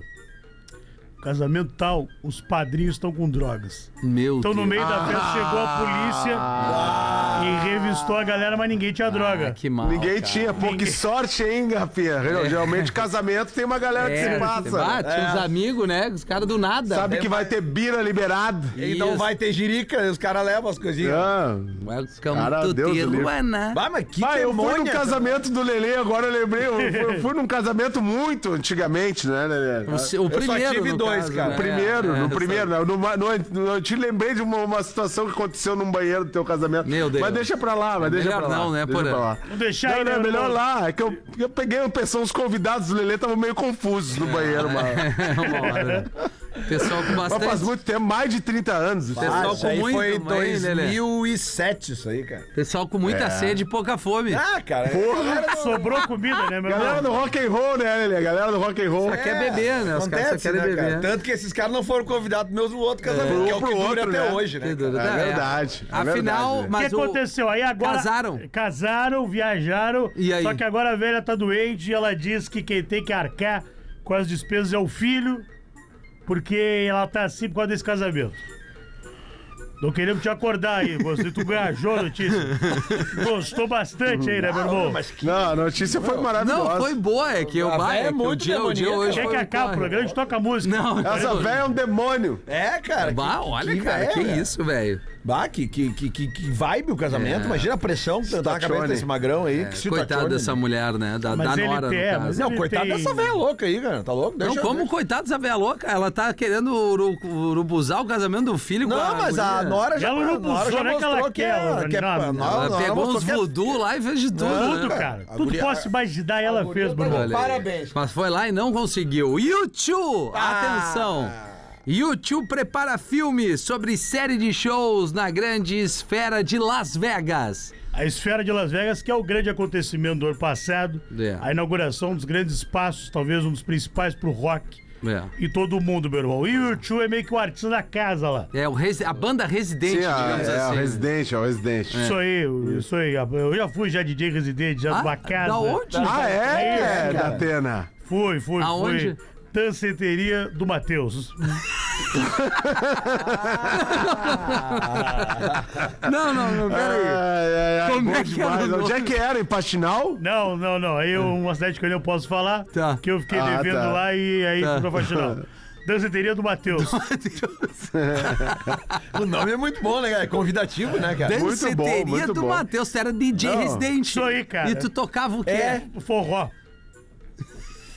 [SPEAKER 2] casamento tal, os padrinhos estão com drogas.
[SPEAKER 4] Meu
[SPEAKER 2] Então, no
[SPEAKER 4] Deus.
[SPEAKER 2] meio da festa, chegou a polícia e revistou a galera, mas ninguém tinha droga.
[SPEAKER 4] Ah, que mal.
[SPEAKER 5] Ninguém
[SPEAKER 4] cara.
[SPEAKER 5] tinha, pô, que
[SPEAKER 2] Ninguém.
[SPEAKER 5] sorte, hein, Gapia? Geralmente casamento tem uma galera que
[SPEAKER 4] É,
[SPEAKER 5] se passa. né?
[SPEAKER 4] bate, os amigos, né? Os caras do nada. É
[SPEAKER 5] Sabe que vai ter bira liberado.
[SPEAKER 6] E não
[SPEAKER 4] Isso.
[SPEAKER 6] vai ter jirica, os caras levam as coisinhas.
[SPEAKER 5] Ah.
[SPEAKER 4] Welcome
[SPEAKER 5] Cara,
[SPEAKER 4] to
[SPEAKER 5] Deus do livro.
[SPEAKER 4] Tijuana.
[SPEAKER 6] Vai, mas que
[SPEAKER 5] Ah, eu fui num
[SPEAKER 6] demônia,
[SPEAKER 5] casamento do Lelê, agora eu lembrei. Eu fui, eu fui num casamento muito antigamente, né, Lelê?
[SPEAKER 4] O, se- o
[SPEAKER 6] só
[SPEAKER 4] primeiro.
[SPEAKER 6] tive
[SPEAKER 4] no
[SPEAKER 6] dois,
[SPEAKER 4] caso,
[SPEAKER 6] cara.
[SPEAKER 4] né?
[SPEAKER 5] Primeiro,
[SPEAKER 4] É,
[SPEAKER 5] no
[SPEAKER 4] é,
[SPEAKER 5] primeiro, né? Numa- no, no- eu te lembrei de uma, uma situação que aconteceu num banheiro do teu casamento.
[SPEAKER 4] Meu Deus.
[SPEAKER 5] Mas deixa pra lá, mas deixa
[SPEAKER 4] melhor
[SPEAKER 5] pra lá.
[SPEAKER 4] não, né,
[SPEAKER 5] deixa
[SPEAKER 4] Porã?
[SPEAKER 5] pra lá.
[SPEAKER 2] Vou deixar
[SPEAKER 5] Não,
[SPEAKER 2] aí,
[SPEAKER 5] não,
[SPEAKER 2] né,
[SPEAKER 5] é melhor
[SPEAKER 2] irmão?
[SPEAKER 5] lá. É que eu, eu peguei o pessoal, os convidados do Lelê estavam meio confusos no banheiro, mano.
[SPEAKER 4] É uma hora. Pessoal com
[SPEAKER 5] Mas
[SPEAKER 4] bastante.
[SPEAKER 5] faz muito tempo, mais de 30 anos.
[SPEAKER 6] Ah,
[SPEAKER 4] Pessoal
[SPEAKER 6] isso
[SPEAKER 4] com
[SPEAKER 6] aí
[SPEAKER 4] muito,
[SPEAKER 6] foi em
[SPEAKER 4] mas, hein, Lelê?
[SPEAKER 6] 2007 isso aí, cara.
[SPEAKER 4] Pessoal com
[SPEAKER 5] É.
[SPEAKER 4] muita sede e pouca fome.
[SPEAKER 6] Ah, cara.
[SPEAKER 2] Sobrou comida, né, meu
[SPEAKER 5] Galera
[SPEAKER 2] irmão?
[SPEAKER 5] do rock and roll, né, Lelê? Galera do rock and roll. É.
[SPEAKER 4] Só quer beber, né? Os caras só
[SPEAKER 6] acontece,
[SPEAKER 4] querem
[SPEAKER 6] né,
[SPEAKER 4] beber.
[SPEAKER 6] cara? Tanto que esses caras não foram convidados pro mesmo outro casamento, que é o que
[SPEAKER 5] Pro
[SPEAKER 6] dura
[SPEAKER 5] outro,
[SPEAKER 6] até
[SPEAKER 5] né?
[SPEAKER 6] hoje, né?
[SPEAKER 4] Que
[SPEAKER 6] cara?
[SPEAKER 4] dura-
[SPEAKER 5] É
[SPEAKER 4] Ah,
[SPEAKER 5] verdade, é
[SPEAKER 4] Afinal,
[SPEAKER 5] verdade, né?
[SPEAKER 2] O que
[SPEAKER 4] mas o-
[SPEAKER 2] aconteceu? Aí agora.
[SPEAKER 4] Casaram?
[SPEAKER 2] Casaram, viajaram.
[SPEAKER 4] E aí?
[SPEAKER 2] Só que agora a velha tá doente e ela diz que quem tem que arcar com as despesas é o filho, porque ela tá assim por causa desse casamento. Não queremos te acordar aí, você tu gajou a notícia. Gostou bastante aí, né, meu irmão?
[SPEAKER 5] Não, a notícia foi
[SPEAKER 4] Não,
[SPEAKER 5] maravilhosa.
[SPEAKER 4] foi boa, é que o
[SPEAKER 6] A
[SPEAKER 4] bar
[SPEAKER 6] véia
[SPEAKER 4] é
[SPEAKER 6] é
[SPEAKER 4] que o
[SPEAKER 6] muito
[SPEAKER 4] dia, o dia
[SPEAKER 6] demoníaca.
[SPEAKER 4] hoje
[SPEAKER 2] Quer
[SPEAKER 4] foi
[SPEAKER 2] que
[SPEAKER 4] um
[SPEAKER 2] acabe o
[SPEAKER 4] corre.
[SPEAKER 2] programa? A gente toca a música.
[SPEAKER 4] Não,
[SPEAKER 5] Essa véia é um demônio.
[SPEAKER 6] É, cara.
[SPEAKER 4] Bah,
[SPEAKER 6] que-
[SPEAKER 4] olha,
[SPEAKER 6] que
[SPEAKER 4] cara,
[SPEAKER 6] véia,
[SPEAKER 4] que
[SPEAKER 5] é?
[SPEAKER 4] isso, velho.
[SPEAKER 6] Bah, que, que, que, que, que vibe o casamento.
[SPEAKER 4] É.
[SPEAKER 6] Imagina a pressão que tá na cabeça
[SPEAKER 5] Situatione.
[SPEAKER 6] desse magrão aí.
[SPEAKER 4] É,
[SPEAKER 6] que situacione,
[SPEAKER 4] coitado dessa
[SPEAKER 6] né?
[SPEAKER 4] mulher, né? Da, da
[SPEAKER 2] Mas ele
[SPEAKER 4] Nora, no
[SPEAKER 2] tem,
[SPEAKER 4] caso.
[SPEAKER 2] mas
[SPEAKER 6] Não,
[SPEAKER 2] Ele
[SPEAKER 6] coitado
[SPEAKER 2] tem-
[SPEAKER 6] dessa velha louca aí, cara. Tá louco?
[SPEAKER 4] Não,
[SPEAKER 6] Deixa,
[SPEAKER 4] como coitado dessa velha louca? Ela tá querendo uru- urubuzar o casamento do filho com a
[SPEAKER 6] Não, mas a
[SPEAKER 4] guria.
[SPEAKER 6] Nora já,
[SPEAKER 2] Ela não
[SPEAKER 6] Nora
[SPEAKER 2] pulsou,
[SPEAKER 6] já
[SPEAKER 2] não é que ela
[SPEAKER 6] mostrou que é,
[SPEAKER 2] quer, né?
[SPEAKER 6] que é,
[SPEAKER 2] não,
[SPEAKER 6] pa-
[SPEAKER 2] não.
[SPEAKER 6] Nora-
[SPEAKER 4] Ela
[SPEAKER 6] Nora
[SPEAKER 4] pegou
[SPEAKER 6] mostrou
[SPEAKER 4] uns
[SPEAKER 6] que é-
[SPEAKER 4] voodú lá e fez de tudo,
[SPEAKER 2] Tudo,
[SPEAKER 4] né?
[SPEAKER 2] cara.
[SPEAKER 6] a
[SPEAKER 2] Tudo
[SPEAKER 6] guria-
[SPEAKER 2] posso imaginar, ela fez, Bruno.
[SPEAKER 4] Olha aí.
[SPEAKER 6] Parabéns.
[SPEAKER 4] Mas foi lá e não conseguiu. YouTube,
[SPEAKER 6] Ah.
[SPEAKER 4] atenção. YouTube prepara filme sobre série de shows na grande esfera de Las Vegas.
[SPEAKER 2] A esfera de Las Vegas, que é o grande acontecimento do ano passado,
[SPEAKER 4] É.
[SPEAKER 2] a inauguração dos grandes espaços, talvez um dos principais pro rock
[SPEAKER 4] É.
[SPEAKER 2] e todo mundo, meu irmão. E o YouTube é meio que o artista da casa lá.
[SPEAKER 4] É o resi- a banda residente,
[SPEAKER 5] Sim, a-
[SPEAKER 4] digamos
[SPEAKER 5] é, o
[SPEAKER 4] assim.
[SPEAKER 5] residente, é o residente.
[SPEAKER 2] Isso aí, isso aí. Eu já fui já DJ residente, já
[SPEAKER 4] Ah,
[SPEAKER 2] de uma casa.
[SPEAKER 4] da onde?
[SPEAKER 5] Ah, é,
[SPEAKER 2] É,
[SPEAKER 5] da Atena?
[SPEAKER 2] Fui, fui,
[SPEAKER 4] Aonde?
[SPEAKER 2] fui. Tanceteria do Matheus.
[SPEAKER 4] Não, não, não, peraí.
[SPEAKER 5] Ai, ai, ai,
[SPEAKER 4] Como
[SPEAKER 5] bom
[SPEAKER 4] é que era
[SPEAKER 5] demais.
[SPEAKER 4] o
[SPEAKER 5] Onde é que era? Em Patinal?
[SPEAKER 2] Não, não, não. Aí eu- uma cidade que eu não posso falar,
[SPEAKER 4] É. Tá.
[SPEAKER 2] que eu fiquei
[SPEAKER 5] Ah,
[SPEAKER 2] devendo
[SPEAKER 5] tá.
[SPEAKER 2] lá e aí fui
[SPEAKER 4] Tá.
[SPEAKER 2] pra faxinal. Danceteria do Matheus.
[SPEAKER 6] O nome é muito bom, né, cara? É convidativo, né, cara?
[SPEAKER 5] bom,
[SPEAKER 4] Danceteria
[SPEAKER 5] muito
[SPEAKER 4] do
[SPEAKER 5] bom.
[SPEAKER 4] Matheus, tu era DJ
[SPEAKER 5] Não,
[SPEAKER 4] residente.
[SPEAKER 2] isso aí, cara.
[SPEAKER 4] E tu tocava o quê?
[SPEAKER 6] É.
[SPEAKER 2] Forró.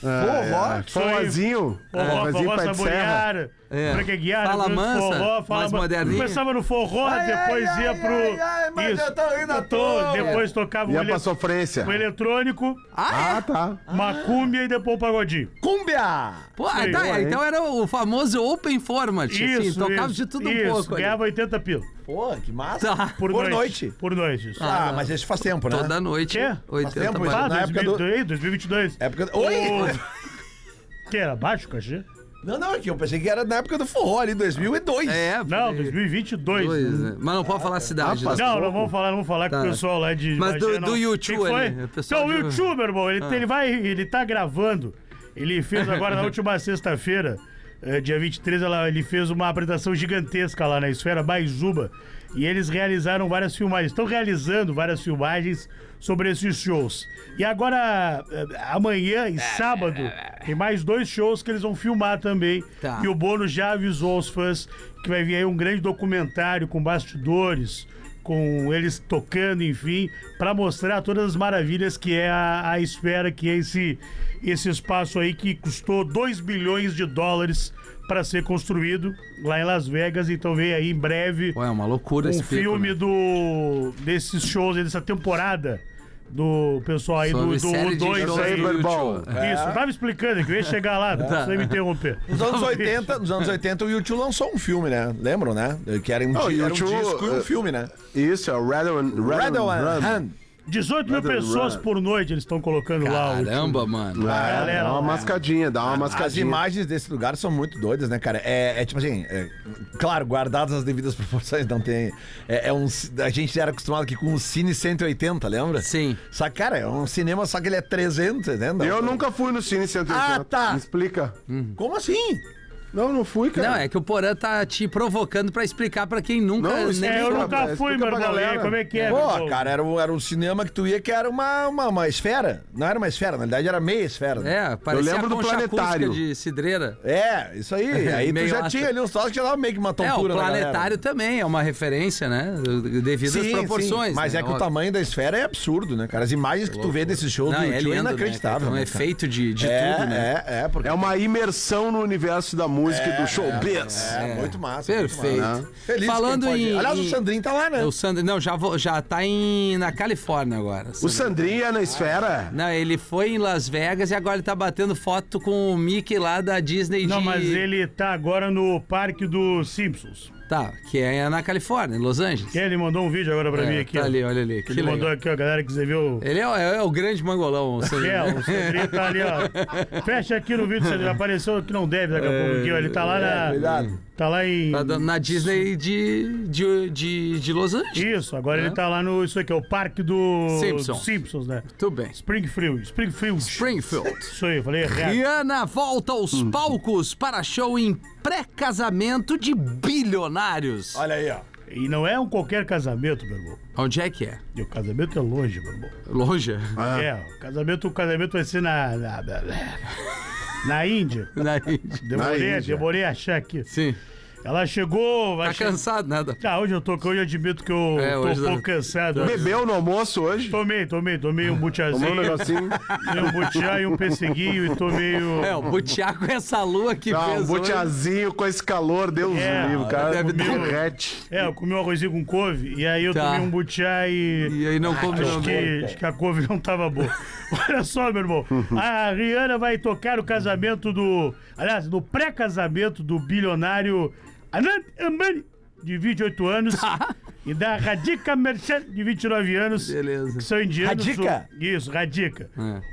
[SPEAKER 4] É.
[SPEAKER 5] Forró? Forrozinho?
[SPEAKER 2] Forró, forró
[SPEAKER 5] É, pé de serra.
[SPEAKER 2] saborear,
[SPEAKER 4] É.
[SPEAKER 2] Branca Guiara,
[SPEAKER 4] Fala
[SPEAKER 2] Grande
[SPEAKER 4] mansa,
[SPEAKER 2] forró,
[SPEAKER 4] mais
[SPEAKER 2] ma-
[SPEAKER 4] moderninha.
[SPEAKER 2] Começava no forró,
[SPEAKER 6] Ai, ai,
[SPEAKER 2] depois ia
[SPEAKER 6] ai,
[SPEAKER 2] pro.
[SPEAKER 6] ai, ai, mas eu tô indo à toa.
[SPEAKER 2] Depois tocava o,
[SPEAKER 5] Ia
[SPEAKER 2] ele...
[SPEAKER 5] pra sofrência.
[SPEAKER 2] o eletrônico,
[SPEAKER 4] Ah, é?
[SPEAKER 5] Ah, tá.
[SPEAKER 2] macúmbia e depois o pagodinho.
[SPEAKER 6] Cúmbia!
[SPEAKER 4] Pô, ah,
[SPEAKER 2] Sim,
[SPEAKER 4] tá,
[SPEAKER 5] ué.
[SPEAKER 4] então era o famoso open format, assim,
[SPEAKER 2] Isso,
[SPEAKER 4] tocava
[SPEAKER 2] isso,
[SPEAKER 4] de tudo
[SPEAKER 2] isso,
[SPEAKER 4] um pouco ali.
[SPEAKER 2] Ganhava 80 pila.
[SPEAKER 6] Pô, que massa.
[SPEAKER 4] Tá.
[SPEAKER 2] Por,
[SPEAKER 6] Por
[SPEAKER 2] noite.
[SPEAKER 6] noite.
[SPEAKER 2] Por noite. isso.
[SPEAKER 6] Ah, mas esse faz tempo, né?
[SPEAKER 4] Toda noite,
[SPEAKER 2] Quê?
[SPEAKER 4] 80
[SPEAKER 6] tempo isso,
[SPEAKER 4] barras.
[SPEAKER 2] Ah,
[SPEAKER 6] na época do-
[SPEAKER 2] 2002, 2022.
[SPEAKER 6] Época... Oi!
[SPEAKER 2] Que era baixo o cachê?
[SPEAKER 6] Não, não, é que eu pensei que era na época do forró ali, 2002.
[SPEAKER 4] É,
[SPEAKER 2] Não,
[SPEAKER 4] porque-
[SPEAKER 2] 2022.
[SPEAKER 4] Pois, né? Mas não pode falar a cidade.
[SPEAKER 5] Ah,
[SPEAKER 4] né?
[SPEAKER 2] Não, não vamos falar, não vamos falar
[SPEAKER 4] Tá.
[SPEAKER 2] que o pessoal lá de.
[SPEAKER 4] Mas do-
[SPEAKER 2] Bagé não-
[SPEAKER 4] do YouTube
[SPEAKER 2] Quem foi?
[SPEAKER 4] ali, o pessoal Ah.
[SPEAKER 2] Então, o
[SPEAKER 4] de-
[SPEAKER 2] YouTube, meu irmão, ele, ele vai, ele tá gravando. Ele fez agora na última sexta-feira, eh, dia 23, ela, ele fez uma apresentação gigantesca lá na Esfera Baizuba. E eles realizaram várias filmagens. Estão realizando várias filmagens sobre esses shows. E agora, eh, amanhã
[SPEAKER 4] É.
[SPEAKER 2] e sábado, tem mais dois shows que eles vão filmar também.
[SPEAKER 4] Tá.
[SPEAKER 2] E o Bono já avisou aos fãs que vai vir aí um grande documentário com bastidores, com eles tocando, enfim, para mostrar todas as maravilhas que é a, a esfera, que é esse, esse espaço aí que custou 2 bilhões de dólares para ser construído lá em Las Vegas. Então vem aí em breve
[SPEAKER 4] Ué, é uma loucura esse
[SPEAKER 2] um
[SPEAKER 4] pico,
[SPEAKER 2] filme
[SPEAKER 4] né?
[SPEAKER 2] do desses shows, aí, dessa temporada do pessoal aí
[SPEAKER 4] Sobre
[SPEAKER 2] do
[SPEAKER 4] série de É.
[SPEAKER 2] 2
[SPEAKER 4] shows
[SPEAKER 2] aí.
[SPEAKER 4] do
[SPEAKER 5] Cyberball.
[SPEAKER 4] YouTube.
[SPEAKER 2] Isso, eu tava explicando que eu ia chegar lá, não precisa me interromper. Então
[SPEAKER 6] Nos anos 80, nos anos 80 o YouTube lançou um filme, né? Lembram, né? Que era um,
[SPEAKER 5] Não,
[SPEAKER 6] di- era um
[SPEAKER 5] U2,
[SPEAKER 6] disco e um
[SPEAKER 5] eh,
[SPEAKER 6] filme, né?
[SPEAKER 5] Isso, é o Red One. Red
[SPEAKER 6] Red
[SPEAKER 5] One
[SPEAKER 6] One
[SPEAKER 5] Run.
[SPEAKER 6] Hand.
[SPEAKER 2] 18 mil
[SPEAKER 5] Another
[SPEAKER 2] pessoas
[SPEAKER 5] run.
[SPEAKER 2] por noite eles estão colocando lá. o-
[SPEAKER 4] Caramba, mano.
[SPEAKER 5] É,
[SPEAKER 2] galera,
[SPEAKER 5] dá uma
[SPEAKER 2] lá.
[SPEAKER 5] mascadinha, dá uma
[SPEAKER 6] As
[SPEAKER 5] mascadinha.
[SPEAKER 6] imagens desse lugar são muito doidas, né, cara? É, é tipo assim, é, claro, guardadas as devidas proporções, não tem. É, é um, ci- a gente era acostumado aqui com o Cine 180, lembra?
[SPEAKER 4] Sim.
[SPEAKER 6] Só que, cara, é um cinema, só que ele é 300, né? Não.
[SPEAKER 5] Eu nunca fui no Cine 180.
[SPEAKER 6] Ah, tá.
[SPEAKER 5] Me explica.
[SPEAKER 6] Como assim?
[SPEAKER 5] Não, não fui, cara.
[SPEAKER 4] Não, é que o Porã tá te provocando pra explicar pra quem nunca...
[SPEAKER 5] Não, isso
[SPEAKER 2] É,
[SPEAKER 4] nem...
[SPEAKER 2] eu
[SPEAKER 5] Explica
[SPEAKER 2] nunca
[SPEAKER 5] pra-
[SPEAKER 2] fui, meu
[SPEAKER 5] explica pra
[SPEAKER 2] irmão. E aí,
[SPEAKER 5] galera.
[SPEAKER 2] como é que é? meu
[SPEAKER 6] Pô,
[SPEAKER 2] irmão?
[SPEAKER 6] cara, era um, era um cinema que tu ia que era uma, uma, uma esfera. Não era uma esfera, na verdade era meia esfera. né?
[SPEAKER 4] É, parecia
[SPEAKER 5] lembro
[SPEAKER 4] a
[SPEAKER 5] do
[SPEAKER 4] concha
[SPEAKER 5] planetário.
[SPEAKER 4] acústica de cidreira.
[SPEAKER 6] É, isso aí. Aí tu
[SPEAKER 4] Meio
[SPEAKER 6] já
[SPEAKER 4] asta.
[SPEAKER 6] tinha ali uns troços que já dava meio que uma
[SPEAKER 4] é, o
[SPEAKER 6] tontura na galera.
[SPEAKER 4] planetário também é uma referência, né? Devido às proporções.
[SPEAKER 6] mas
[SPEAKER 4] né?
[SPEAKER 6] é que o
[SPEAKER 4] Óbvio.
[SPEAKER 6] tamanho da esfera é absurdo, né, cara? As imagens que tu vê desses shows
[SPEAKER 4] Não,
[SPEAKER 6] do
[SPEAKER 4] é
[SPEAKER 6] YouTube
[SPEAKER 4] lindo,
[SPEAKER 6] é
[SPEAKER 4] né,
[SPEAKER 6] inacreditável.
[SPEAKER 4] cara? É um
[SPEAKER 6] né, cara?
[SPEAKER 4] efeito de, de
[SPEAKER 6] é,
[SPEAKER 4] tudo, né?
[SPEAKER 6] É, é, porque
[SPEAKER 5] É uma imersão no universo da música e do showbiz.
[SPEAKER 6] é, muito massa.
[SPEAKER 4] Perfeito.
[SPEAKER 6] Muito massa. Feliz
[SPEAKER 4] Falando
[SPEAKER 6] Falando pode...
[SPEAKER 4] em-
[SPEAKER 6] Aliás,
[SPEAKER 4] em-
[SPEAKER 6] o Sandrinho tá lá, né?
[SPEAKER 4] O Sandro... Não, já, vou- já tá em... na Califórnia agora.
[SPEAKER 5] O Sandrinho é na esfera?
[SPEAKER 4] Não, ele foi em Las Vegas e agora ele tá batendo foto com o Mickey lá da Disney
[SPEAKER 2] Não,
[SPEAKER 4] é de...
[SPEAKER 2] mas ele tá agora no parque dos Simpsons.
[SPEAKER 4] Tá, que é na Califórnia, em Los Angeles.
[SPEAKER 2] Ele mandou um vídeo agora pra mim
[SPEAKER 4] É,
[SPEAKER 2] aqui.
[SPEAKER 4] tá
[SPEAKER 2] ó.
[SPEAKER 4] ali, olha ali, que
[SPEAKER 2] Ele mandou
[SPEAKER 4] legal.
[SPEAKER 2] aqui, ó, galera que você viu.
[SPEAKER 4] Ele é, o- é o grande mangolão, o Sandro.
[SPEAKER 2] É, o Sandrinho tá ali, ó. Fecha aqui no vídeo, Sandrinho. Apareceu que não deve daqui a pouco. aqui, ó. Ele tá lá na.
[SPEAKER 6] Cuidado.
[SPEAKER 2] Tá lá em.
[SPEAKER 4] É, Tá dando Na Disney de, de, de, de Los Angeles.
[SPEAKER 2] Isso, agora ele tá lá no. Isso aqui, é o parque do.
[SPEAKER 4] Simpson.
[SPEAKER 2] dos Simpsons, né?
[SPEAKER 4] Tudo bem.
[SPEAKER 2] Springfield. Springfield.
[SPEAKER 4] Springfield.
[SPEAKER 2] Isso aí, eu falei é errado.
[SPEAKER 4] Rihanna volta aos palcos para show em pré-casamento de bilionários.
[SPEAKER 6] Olha aí, ó.
[SPEAKER 2] E não é um qualquer casamento, meu irmão.
[SPEAKER 4] Onde é que é?
[SPEAKER 2] E o casamento é longe, meu irmão.
[SPEAKER 4] Longe?
[SPEAKER 5] Ah.
[SPEAKER 2] É, o casamento, o casamento vai ser na. Na, na, na Índia.
[SPEAKER 4] Na Índia.
[SPEAKER 2] Demorei,
[SPEAKER 5] Índia.
[SPEAKER 2] demorei a achar aqui.
[SPEAKER 4] Sim.
[SPEAKER 2] Ela chegou. vai
[SPEAKER 4] Tá
[SPEAKER 2] che-
[SPEAKER 4] cansado, nada.
[SPEAKER 2] Ah, hoje eu tô, hoje eu admito que eu
[SPEAKER 4] É,
[SPEAKER 2] tô
[SPEAKER 4] hoje
[SPEAKER 2] um pouco
[SPEAKER 4] tá-
[SPEAKER 2] cansado.
[SPEAKER 5] Bebeu no almoço hoje?
[SPEAKER 2] Tomei, tomei, tomei um
[SPEAKER 5] Tomou
[SPEAKER 2] butiazinho,
[SPEAKER 5] um negocinho.
[SPEAKER 2] tomei um butiá e um pesseguinho e tomei o...
[SPEAKER 4] É, o Butiá com essa lua que
[SPEAKER 5] Ah, um
[SPEAKER 4] fez hoje.
[SPEAKER 5] boteazinho com esse calor, Deus
[SPEAKER 2] É,
[SPEAKER 5] livre, o cara.
[SPEAKER 4] deve
[SPEAKER 2] dar um-
[SPEAKER 5] derrete.
[SPEAKER 2] É, eu comi um arrozinho com couve e aí eu
[SPEAKER 4] Tá.
[SPEAKER 2] tomei um butiá e...
[SPEAKER 4] E aí não come
[SPEAKER 2] Acho
[SPEAKER 4] não.
[SPEAKER 2] que, acho que a couve não tava boa. Olha só, meu irmão. A Rihanna vai tocar o casamento do. Aliás, no pré-casamento do bilionário Anand Ambani, de 28 anos, e da Radhika Merchant, de 29 anos.
[SPEAKER 4] Beleza. É.
[SPEAKER 2] Que são indianos.
[SPEAKER 6] Radhika?
[SPEAKER 2] O- isso, Radhika.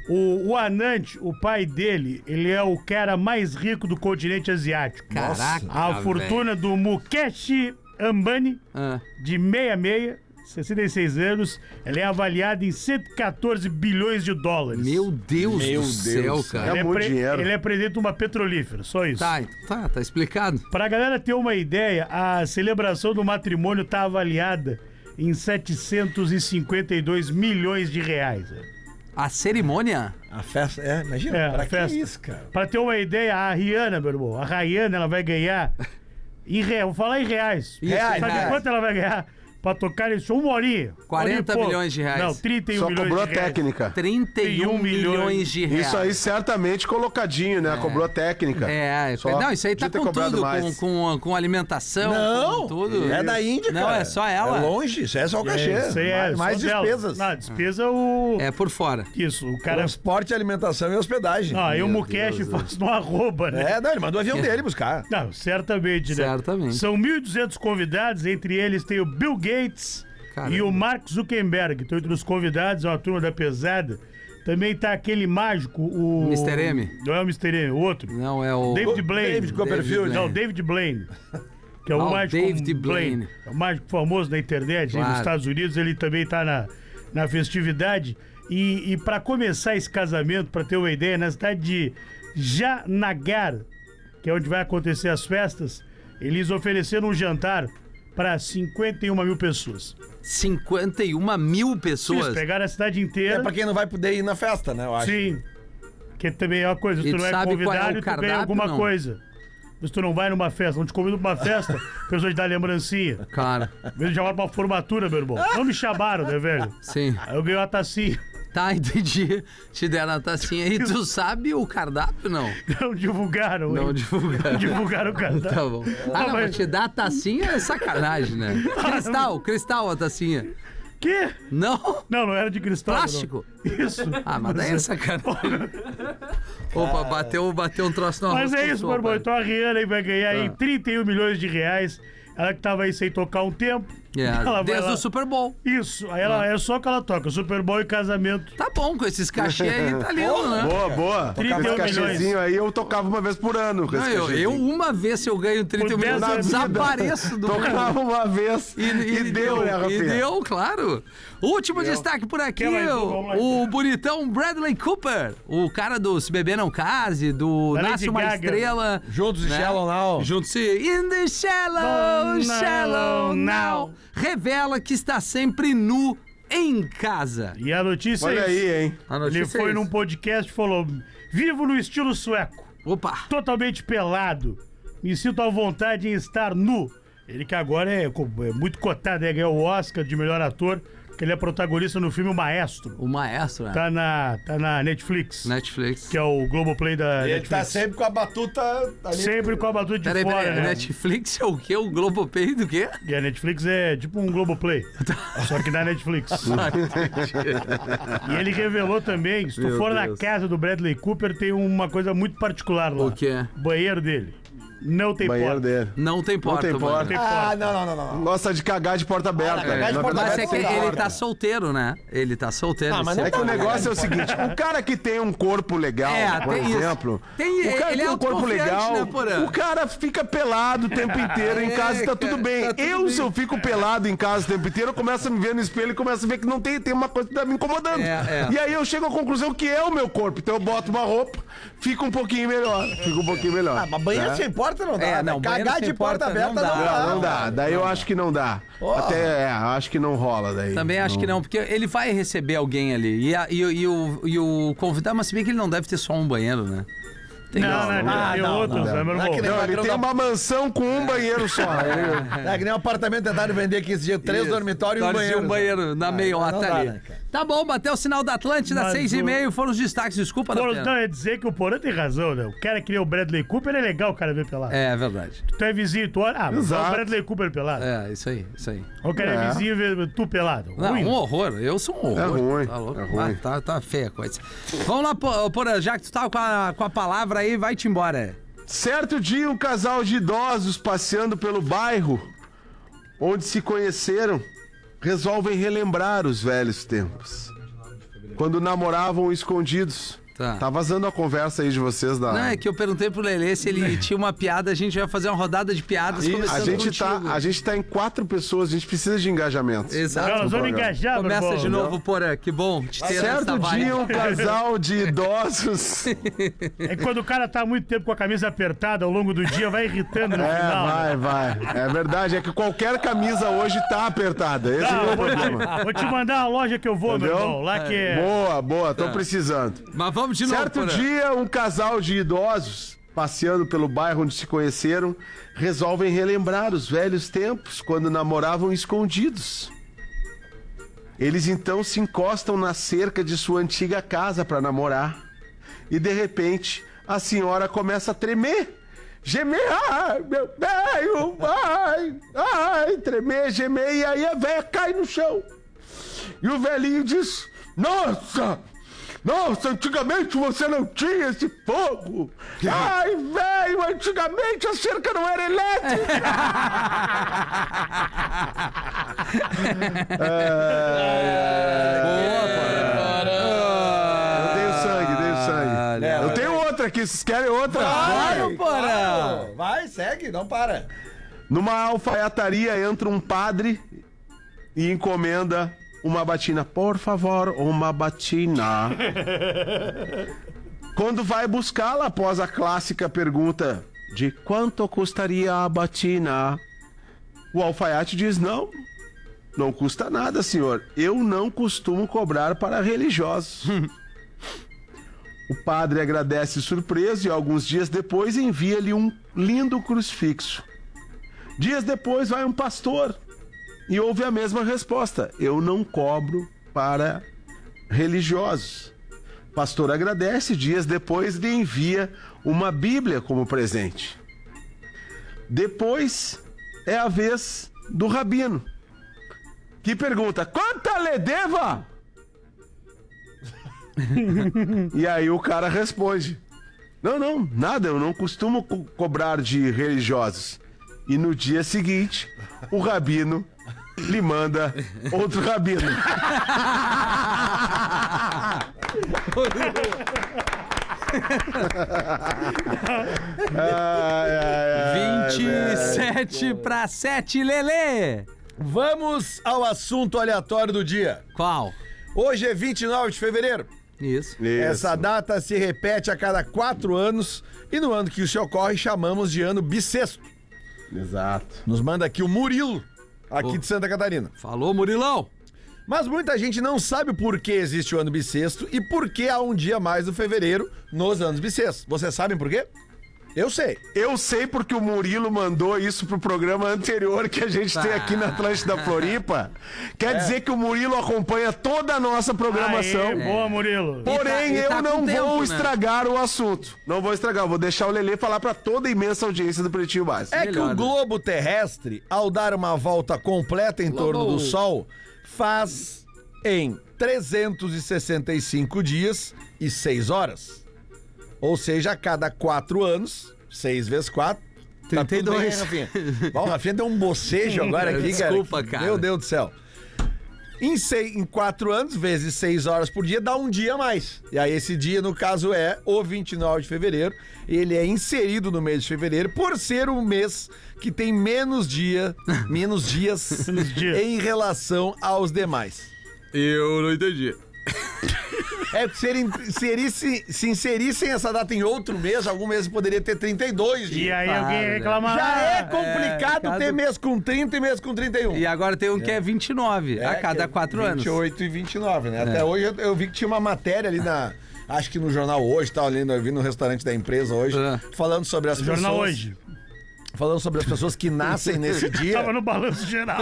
[SPEAKER 2] O, o Anand, o pai dele, ele é o cara mais rico do continente asiático.
[SPEAKER 4] Caraca,
[SPEAKER 2] A
[SPEAKER 4] velho.
[SPEAKER 2] Ah, fortuna do Mukesh Ambani
[SPEAKER 4] Ah,
[SPEAKER 2] de 66, 66 anos, ela é avaliada em 114 bilhões de dólares.
[SPEAKER 4] meu Deus
[SPEAKER 6] Meu
[SPEAKER 4] do céu,
[SPEAKER 6] Deus.
[SPEAKER 4] cara.
[SPEAKER 5] É
[SPEAKER 2] ele
[SPEAKER 5] muito dinheiro.
[SPEAKER 2] Ele é presidente de uma petrolífera, só isso.
[SPEAKER 4] Tá, tá, tá explicado.
[SPEAKER 2] Pra galera ter uma ideia, a celebração do matrimônio tá avaliada em 752 milhões de reais.
[SPEAKER 4] A cerimônia?
[SPEAKER 6] A festa, é, imagina,
[SPEAKER 2] É,
[SPEAKER 6] pra
[SPEAKER 2] a
[SPEAKER 6] que
[SPEAKER 2] festa.
[SPEAKER 6] isso, cara?
[SPEAKER 2] Pra ter uma ideia, a Rihanna, meu irmão, a Rihanna, ela vai ganhar em real, vou falar em reais.
[SPEAKER 4] Isso,
[SPEAKER 2] Sabe
[SPEAKER 4] reais.
[SPEAKER 2] quanto ela vai ganhar pra tocar isso? Uma horinha. Uma horinha e
[SPEAKER 4] 40
[SPEAKER 2] pouco.
[SPEAKER 4] milhões de reais.
[SPEAKER 2] Não, 31
[SPEAKER 5] Só
[SPEAKER 2] milhões
[SPEAKER 5] cobrou a
[SPEAKER 2] um de reais.
[SPEAKER 5] técnica.
[SPEAKER 4] 31
[SPEAKER 2] 31
[SPEAKER 4] milhões
[SPEAKER 2] milhões.
[SPEAKER 4] de reais.
[SPEAKER 5] Isso aí certamente colocadinho, né? Cobrou a técnica.
[SPEAKER 4] É,
[SPEAKER 5] Só.
[SPEAKER 4] não, isso aí tá
[SPEAKER 5] Podia ter
[SPEAKER 4] com
[SPEAKER 5] cobrado
[SPEAKER 4] tudo, com,
[SPEAKER 5] mais.
[SPEAKER 4] com, com alimentação, com
[SPEAKER 6] Não,
[SPEAKER 4] tudo.
[SPEAKER 6] é da Índia,
[SPEAKER 4] Não,
[SPEAKER 6] cara.
[SPEAKER 4] é só ela.
[SPEAKER 6] É longe, isso é só o cachê.
[SPEAKER 2] Isso aí
[SPEAKER 6] mais
[SPEAKER 2] só
[SPEAKER 6] mais
[SPEAKER 2] dela.
[SPEAKER 6] despesas.
[SPEAKER 2] Não, despesa o.
[SPEAKER 4] É por fora.
[SPEAKER 2] Isso, o cara. Ah,
[SPEAKER 6] Transporte, alimentação e hospedagem.
[SPEAKER 2] Não, aí o
[SPEAKER 4] Meu
[SPEAKER 2] Mukesh
[SPEAKER 4] Deus,
[SPEAKER 2] faz no arroba, né?
[SPEAKER 6] É, não, ele mandou o avião dele buscar.
[SPEAKER 2] Não, certamente, né?
[SPEAKER 4] Certamente.
[SPEAKER 2] São 1.200 convidados, entre eles tem o Bill Gates
[SPEAKER 4] Caramba.
[SPEAKER 2] e o Mark Zuckerberg. Então, entre os convidados, é uma turma da pesada. Também tá aquele mágico, o.
[SPEAKER 4] Mr. M.
[SPEAKER 2] Não é o Mr. M, o outro.
[SPEAKER 4] Não, é o.
[SPEAKER 2] David Blaine.
[SPEAKER 6] David Copperfield.
[SPEAKER 2] Não, David Blaine. Que é o
[SPEAKER 4] Ah, o
[SPEAKER 2] mágico
[SPEAKER 4] David
[SPEAKER 2] Blaine.
[SPEAKER 4] Blaine.
[SPEAKER 2] É o mágico famoso da internet aí
[SPEAKER 4] Claro.
[SPEAKER 2] nos Estados Unidos. Ele também tá na, na festividade. E, e para começar esse casamento, para ter uma ideia, na cidade de Janagar, que é onde vai acontecer as festas, eles ofereceram um jantar para 51 mil pessoas.
[SPEAKER 4] 51 mil
[SPEAKER 2] Eles
[SPEAKER 4] pessoas.
[SPEAKER 2] pegaram a cidade inteira.
[SPEAKER 6] É pra quem não vai poder ir na festa, né? Eu acho.
[SPEAKER 2] Sim. Que também é uma coisa, se
[SPEAKER 4] E
[SPEAKER 2] tu
[SPEAKER 4] tu
[SPEAKER 2] não é
[SPEAKER 4] sabe qual é o
[SPEAKER 2] convidado, tu
[SPEAKER 4] cardápio,
[SPEAKER 2] ganha alguma
[SPEAKER 4] não?
[SPEAKER 2] coisa. Se tu não vai numa festa, não te convido pra uma festa, a pessoa te dá lembrancinha.
[SPEAKER 4] Cara,
[SPEAKER 2] Me chamaram pra formatura, meu irmão. Não me chamaram, né, velho?
[SPEAKER 4] sim.
[SPEAKER 2] Aí eu ganhei uma tacinha.
[SPEAKER 4] Tá, entendi. Te deram a tacinha. E tu sabe o cardápio, não?
[SPEAKER 2] Não divulgaram,
[SPEAKER 4] Não
[SPEAKER 2] hein?
[SPEAKER 4] divulgaram.
[SPEAKER 2] Não divulgaram o
[SPEAKER 4] Tá
[SPEAKER 2] cardápio.
[SPEAKER 4] bom. Ah, não, mas te dar a tacinha é sacanagem, né? Cristal, cristal a tacinha.
[SPEAKER 2] Quê?
[SPEAKER 4] Não?
[SPEAKER 2] Não, não era de cristal. não.
[SPEAKER 4] Plástico?
[SPEAKER 2] Isso.
[SPEAKER 4] Ah, mas daí é sacanagem. Opa, bateu, bateu um troço no
[SPEAKER 2] Mas
[SPEAKER 4] arroz
[SPEAKER 2] é
[SPEAKER 4] com
[SPEAKER 2] isso, meu
[SPEAKER 4] sopa.
[SPEAKER 2] irmão. Então a Rihanna aí vai ganhar
[SPEAKER 5] Ah.
[SPEAKER 2] aí 31 milhões de reais. Ela que tava aí sem tocar um tempo.
[SPEAKER 4] É,
[SPEAKER 2] Ela vai
[SPEAKER 4] desde
[SPEAKER 2] lá.
[SPEAKER 4] o Super Ah. Bowl.
[SPEAKER 2] Isso. Aí ela é só que ela toca. Super Bowl e casamento.
[SPEAKER 4] Tá bom com esses cachê aí, tá lindo, né?
[SPEAKER 5] Boa, boa.
[SPEAKER 2] 31
[SPEAKER 5] Esse cachezinho aí eu tocava uma vez por ano. com
[SPEAKER 4] Não,
[SPEAKER 5] esse
[SPEAKER 4] eu, eu,
[SPEAKER 5] cachezinho.
[SPEAKER 4] uma vez, se eu ganho 30
[SPEAKER 2] Por
[SPEAKER 4] milhões, eu
[SPEAKER 2] 10
[SPEAKER 5] anos.
[SPEAKER 4] desapareço do mundo.
[SPEAKER 5] Tocava uma vez e, deu, né,
[SPEAKER 4] E
[SPEAKER 5] Rafinha?
[SPEAKER 4] deu, claro. Último destaque por aqui,
[SPEAKER 2] Quer mais um? Vamos lá,
[SPEAKER 4] o, o bonitão Bradley Cooper, o cara do Se Beber Não Case, do
[SPEAKER 2] Da
[SPEAKER 4] Nasce
[SPEAKER 2] Lady
[SPEAKER 4] Uma
[SPEAKER 2] Gaga.
[SPEAKER 4] Estrela. né?
[SPEAKER 6] Juntos e Shallow Now.
[SPEAKER 4] Juntos e In the Shallow,
[SPEAKER 2] Don't
[SPEAKER 4] Shallow
[SPEAKER 2] know
[SPEAKER 4] Now.
[SPEAKER 2] now.
[SPEAKER 4] Revela que está sempre nu em casa.
[SPEAKER 2] E a notícia
[SPEAKER 5] Olha
[SPEAKER 2] é
[SPEAKER 5] aí,
[SPEAKER 2] isso.
[SPEAKER 5] hein?
[SPEAKER 4] A
[SPEAKER 2] Ele
[SPEAKER 4] notícia é
[SPEAKER 2] foi
[SPEAKER 4] essa.
[SPEAKER 2] num podcast e falou: Vivo no estilo sueco,
[SPEAKER 4] Opa!
[SPEAKER 2] totalmente pelado. Me sinto à vontade em estar nu. Ele que agora é, co- é muito cotado, é ganhou o Oscar de melhor ator, que ele é protagonista no filme O Maestro.
[SPEAKER 4] O maestro, né?
[SPEAKER 2] Tá na, tá na Netflix,
[SPEAKER 4] Netflix.
[SPEAKER 2] que é o Globoplay da
[SPEAKER 6] Ele
[SPEAKER 2] Netflix.
[SPEAKER 6] tá sempre com a batuta ali.
[SPEAKER 2] Sempre com a batuta de
[SPEAKER 4] Peraí,
[SPEAKER 2] fora,
[SPEAKER 4] peraí,
[SPEAKER 2] né?
[SPEAKER 4] Netflix é o quê? O Globopay do quê?
[SPEAKER 2] E a Netflix é tipo um Globoplay, só que na Netflix.
[SPEAKER 4] Ah,
[SPEAKER 2] E ele revelou também, se tu
[SPEAKER 4] Meu
[SPEAKER 2] for na
[SPEAKER 4] Deus.
[SPEAKER 2] casa do Bradley Cooper, tem uma coisa muito particular lá.
[SPEAKER 4] O quê?
[SPEAKER 2] O banheiro dele. Não tem
[SPEAKER 5] Banheiro
[SPEAKER 2] porta.
[SPEAKER 5] dele.
[SPEAKER 4] Não tem porta,
[SPEAKER 5] tem
[SPEAKER 4] mano.
[SPEAKER 5] porta.
[SPEAKER 2] Tem porta.
[SPEAKER 6] Ah, não, não, não, não. não.
[SPEAKER 5] Nossa, de cagar de porta aberta. né?
[SPEAKER 6] cagar de
[SPEAKER 5] Na
[SPEAKER 6] porta
[SPEAKER 5] verdade,
[SPEAKER 4] Mas
[SPEAKER 6] aberta
[SPEAKER 4] é que
[SPEAKER 5] tem
[SPEAKER 6] da
[SPEAKER 4] ele
[SPEAKER 6] hora.
[SPEAKER 4] tá solteiro, né? Ele tá solteiro.
[SPEAKER 6] Ah, mas
[SPEAKER 4] ele
[SPEAKER 6] não
[SPEAKER 5] É que
[SPEAKER 4] sempre-
[SPEAKER 5] o negócio é o seguinte, o cara que tem um corpo legal,
[SPEAKER 4] É,
[SPEAKER 5] por
[SPEAKER 4] tem isso.
[SPEAKER 5] exemplo,
[SPEAKER 4] Tem-
[SPEAKER 5] o cara
[SPEAKER 4] ele
[SPEAKER 5] que tem
[SPEAKER 4] é
[SPEAKER 5] um corpo
[SPEAKER 4] autoconfiante,
[SPEAKER 5] legal,
[SPEAKER 4] né, Porã?
[SPEAKER 5] o cara fica pelado o tempo inteiro em
[SPEAKER 4] É,
[SPEAKER 5] casa e tá
[SPEAKER 4] cara,
[SPEAKER 5] tudo bem.
[SPEAKER 4] tá tudo
[SPEAKER 5] eu, se eu fico pelado em casa o tempo inteiro, eu começo a me ver no espelho e começo a ver que não tem, tem uma coisa que tá me incomodando.
[SPEAKER 4] É, é.
[SPEAKER 5] E aí eu chego à conclusão que é o meu corpo, então eu boto uma roupa, fica um pouquinho melhor, fica um pouquinho melhor.
[SPEAKER 6] Ah, mas banheiro sem porta não dá.
[SPEAKER 4] É, né? não,
[SPEAKER 6] né?
[SPEAKER 4] banheiro
[SPEAKER 6] Cagar
[SPEAKER 4] sem
[SPEAKER 6] de porta,
[SPEAKER 4] porta
[SPEAKER 6] aberta
[SPEAKER 4] não
[SPEAKER 6] não
[SPEAKER 4] dá.
[SPEAKER 6] dá.
[SPEAKER 5] Ah, não dá, daí eu acho que não dá. Até, é, acho que não rola daí.
[SPEAKER 4] Também acho que não, porque ele vai receber alguém ali. E, a- e o- e o, e o convidado, mas se bem que ele não deve ter só um banheiro, né?
[SPEAKER 6] Tem
[SPEAKER 2] Não, não, ele tem outro Alzheimer,
[SPEAKER 6] Não é que
[SPEAKER 2] bom.
[SPEAKER 6] nem
[SPEAKER 5] Não, ele
[SPEAKER 6] Padrão
[SPEAKER 5] tem
[SPEAKER 6] da-
[SPEAKER 5] uma mansão com um banheiro só. Ele-
[SPEAKER 6] É que nem um apartamento tentaram vender aqui esse dia, três
[SPEAKER 4] Isso.
[SPEAKER 6] dormitórios e um
[SPEAKER 4] Dormitórios
[SPEAKER 6] banheiro.
[SPEAKER 4] e um banheiro na meiota
[SPEAKER 6] não dá,
[SPEAKER 4] ali.
[SPEAKER 6] né, cara?
[SPEAKER 4] tá bom, bateu o sinal da Atlântida,
[SPEAKER 2] Mas
[SPEAKER 4] seis e
[SPEAKER 2] o-
[SPEAKER 4] meio, foram os destaques, desculpa,
[SPEAKER 2] Pô,
[SPEAKER 4] Datena.
[SPEAKER 2] não, é dizer que o Porã tem razão, né? O cara que nem o Bradley Cooper é legal o cara ver pelado.
[SPEAKER 4] É verdade.
[SPEAKER 2] Tu é vizinho, tu olha. Ah, mas é o
[SPEAKER 5] Exato.
[SPEAKER 2] Bradley Cooper pelado.
[SPEAKER 4] É, isso aí, isso aí.
[SPEAKER 2] O cara é,
[SPEAKER 5] É.
[SPEAKER 2] vizinho vê tu pelado.
[SPEAKER 4] Não,
[SPEAKER 2] Ruim.
[SPEAKER 4] um horror. Eu sou um horror.
[SPEAKER 5] É ruim,
[SPEAKER 4] Tá louco?
[SPEAKER 5] é ruim.
[SPEAKER 4] Tá, tá, tá feia a coisa. Vamos lá, Pô- Porã, já que tu tava com a, com a palavra aí, vai-te embora.
[SPEAKER 5] Certo dia, um casal de idosos passeando pelo bairro onde se conheceram resolvem relembrar os velhos tempos. Quando namoravam escondidos.
[SPEAKER 4] Tá.
[SPEAKER 5] Tá vazando a conversa aí de vocês da.
[SPEAKER 4] Não, é que eu perguntei pro Lelê se ele tinha uma piada, a gente vai fazer uma rodada de piadas
[SPEAKER 5] Isso.
[SPEAKER 4] começando
[SPEAKER 5] a, gente
[SPEAKER 4] contigo.
[SPEAKER 5] tá, a gente tá em quatro pessoas, a gente precisa de engajamento.
[SPEAKER 4] Exato.
[SPEAKER 2] Não, nós vamos
[SPEAKER 5] programa.
[SPEAKER 2] engajar, meu
[SPEAKER 4] Começa
[SPEAKER 2] irmão.
[SPEAKER 4] de novo, Porã. Que bom te ter nessa
[SPEAKER 5] Certo
[SPEAKER 4] é vibe.
[SPEAKER 5] dia, um casal de idosos.
[SPEAKER 2] É que quando o cara tá há muito tempo com a camisa apertada ao longo do dia, vai irritando no
[SPEAKER 5] É,
[SPEAKER 2] final. né?
[SPEAKER 5] vai, vai. É verdade, é que qualquer camisa hoje tá apertada. Esse
[SPEAKER 2] Ah,
[SPEAKER 5] é o
[SPEAKER 2] vou,
[SPEAKER 5] problema.
[SPEAKER 2] te, vou te mandar a loja que eu vou, meu
[SPEAKER 5] Entendeu?
[SPEAKER 2] irmão. Lá que é.
[SPEAKER 5] Boa, boa,
[SPEAKER 4] Ah.
[SPEAKER 5] tô precisando.
[SPEAKER 4] Mas vamos de novo, né?
[SPEAKER 5] Certo
[SPEAKER 4] Porã.
[SPEAKER 5] dia, um casal de idosos, passeando pelo bairro onde se conheceram, resolvem relembrar os velhos tempos quando namoravam escondidos. Eles então se encostam na cerca de sua antiga casa para namorar. E de repente, a senhora começa a tremer. Gemer, ai, meu velho, ai, ai, tremer, gemer, e aí a véia cai no chão. E o velhinho diz: Nossa! Nossa, antigamente você não tinha esse fogo! Ai, velho, antigamente a cerca não era elétrica! Eu dei o sangue, dei o sangue.
[SPEAKER 4] Olha.
[SPEAKER 5] Eu tenho outra aqui, vocês querem outra?
[SPEAKER 4] Claro, Porã.
[SPEAKER 6] Pô, Vai, segue, não para.
[SPEAKER 5] Numa alfaiataria entra um padre e encomenda uma batina. Por favor, uma batina. Quando vai buscá-la após a clássica pergunta de quanto custaria a batina, o alfaiate diz não. Não custa nada, senhor. Eu não costumo cobrar para religiosos. o padre agradece surpreso e alguns dias depois envia-lhe um lindo crucifixo. Dias depois vai um pastor e ouve a mesma resposta: Eu não cobro para religiosos. Pastor agradece, dias depois lhe envia uma Bíblia como presente. Depois é a vez do rabino, que pergunta: Quanta lhe deva? e aí o cara responde: Não, não, nada, eu não costumo co- cobrar de religiosos. E no dia seguinte, o rabino lhe manda outro rabino. Ai, ai, ai.
[SPEAKER 4] 27 pra 7, Lelê.
[SPEAKER 6] Vamos ao assunto aleatório do dia.
[SPEAKER 4] Qual?
[SPEAKER 6] Hoje é 29 de fevereiro.
[SPEAKER 4] Isso.
[SPEAKER 5] Isso.
[SPEAKER 6] Essa data se repete a cada quatro anos e no ano que isso ocorre chamamos de ano bissexto.
[SPEAKER 5] Exato.
[SPEAKER 6] Nos manda aqui o Murilo, aqui de Santa Catarina.
[SPEAKER 4] Falou, Murilão.
[SPEAKER 6] Mas muita gente não sabe por que existe o ano bissexto e por que há um dia mais no fevereiro nos anos bissextos. Vocês sabem por quê? Eu sei.
[SPEAKER 5] Eu sei porque o Murilo mandou isso pro programa anterior que a gente tem aqui na Atlântida Floripa.
[SPEAKER 4] É.
[SPEAKER 5] Quer dizer que o Murilo acompanha toda a nossa programação.
[SPEAKER 2] Aê, boa, Murilo.
[SPEAKER 5] Porém,
[SPEAKER 4] E tá- e tá
[SPEAKER 5] eu
[SPEAKER 4] com
[SPEAKER 5] não
[SPEAKER 4] tempo,
[SPEAKER 5] vou
[SPEAKER 4] né?
[SPEAKER 5] estragar o assunto. Não vou estragar, vou deixar o Lelê falar pra toda a imensa audiência do Pretinho Básico.
[SPEAKER 6] É
[SPEAKER 4] Melhor,
[SPEAKER 6] que
[SPEAKER 4] né?
[SPEAKER 6] o globo terrestre, ao dar uma volta completa em torno
[SPEAKER 4] um.
[SPEAKER 6] do Sol, faz em 365 dias e 6 horas. Ou seja, a cada 4 anos, 6 vezes 4.
[SPEAKER 4] 32.
[SPEAKER 6] Tá tudo bem, né, Rafinha? Bom, o Rafinha deu um bocejo agora aqui, cara.
[SPEAKER 4] Desculpa, cara.
[SPEAKER 6] Meu Deus do céu. Em, seis, em quatro anos, vezes seis horas por dia, dá um dia a mais. E aí, esse dia, no caso, é o 29 de fevereiro. Ele é inserido no mês de fevereiro por ser um mês que tem menos dia, menos dias,
[SPEAKER 2] Menos dias.
[SPEAKER 6] em relação aos demais.
[SPEAKER 4] Eu não entendi.
[SPEAKER 6] É que se, ele inserisse, se inserissem essa data em outro mês, algum mês poderia ter 32
[SPEAKER 2] E
[SPEAKER 6] dias.
[SPEAKER 2] aí
[SPEAKER 4] Claro,
[SPEAKER 2] alguém
[SPEAKER 4] né?
[SPEAKER 2] reclama.
[SPEAKER 6] Já é
[SPEAKER 2] "Ah,
[SPEAKER 6] complicado
[SPEAKER 4] cada-
[SPEAKER 6] ter mês com 30 e mês com 31.
[SPEAKER 4] E agora tem um que é 29
[SPEAKER 6] É,
[SPEAKER 4] a cada
[SPEAKER 6] que é
[SPEAKER 4] 4 anos. É.
[SPEAKER 6] 28 e 29, né? Até hoje eu, eu vi que tinha uma matéria ali na, acho que no jornal hoje, tá ali, eu vi no restaurante da empresa hoje,
[SPEAKER 4] Ah.
[SPEAKER 6] falando sobre as pessoas.
[SPEAKER 2] Jornal hoje.
[SPEAKER 6] Falando sobre as pessoas que nascem nesse dia.
[SPEAKER 2] Tava no balanço geral.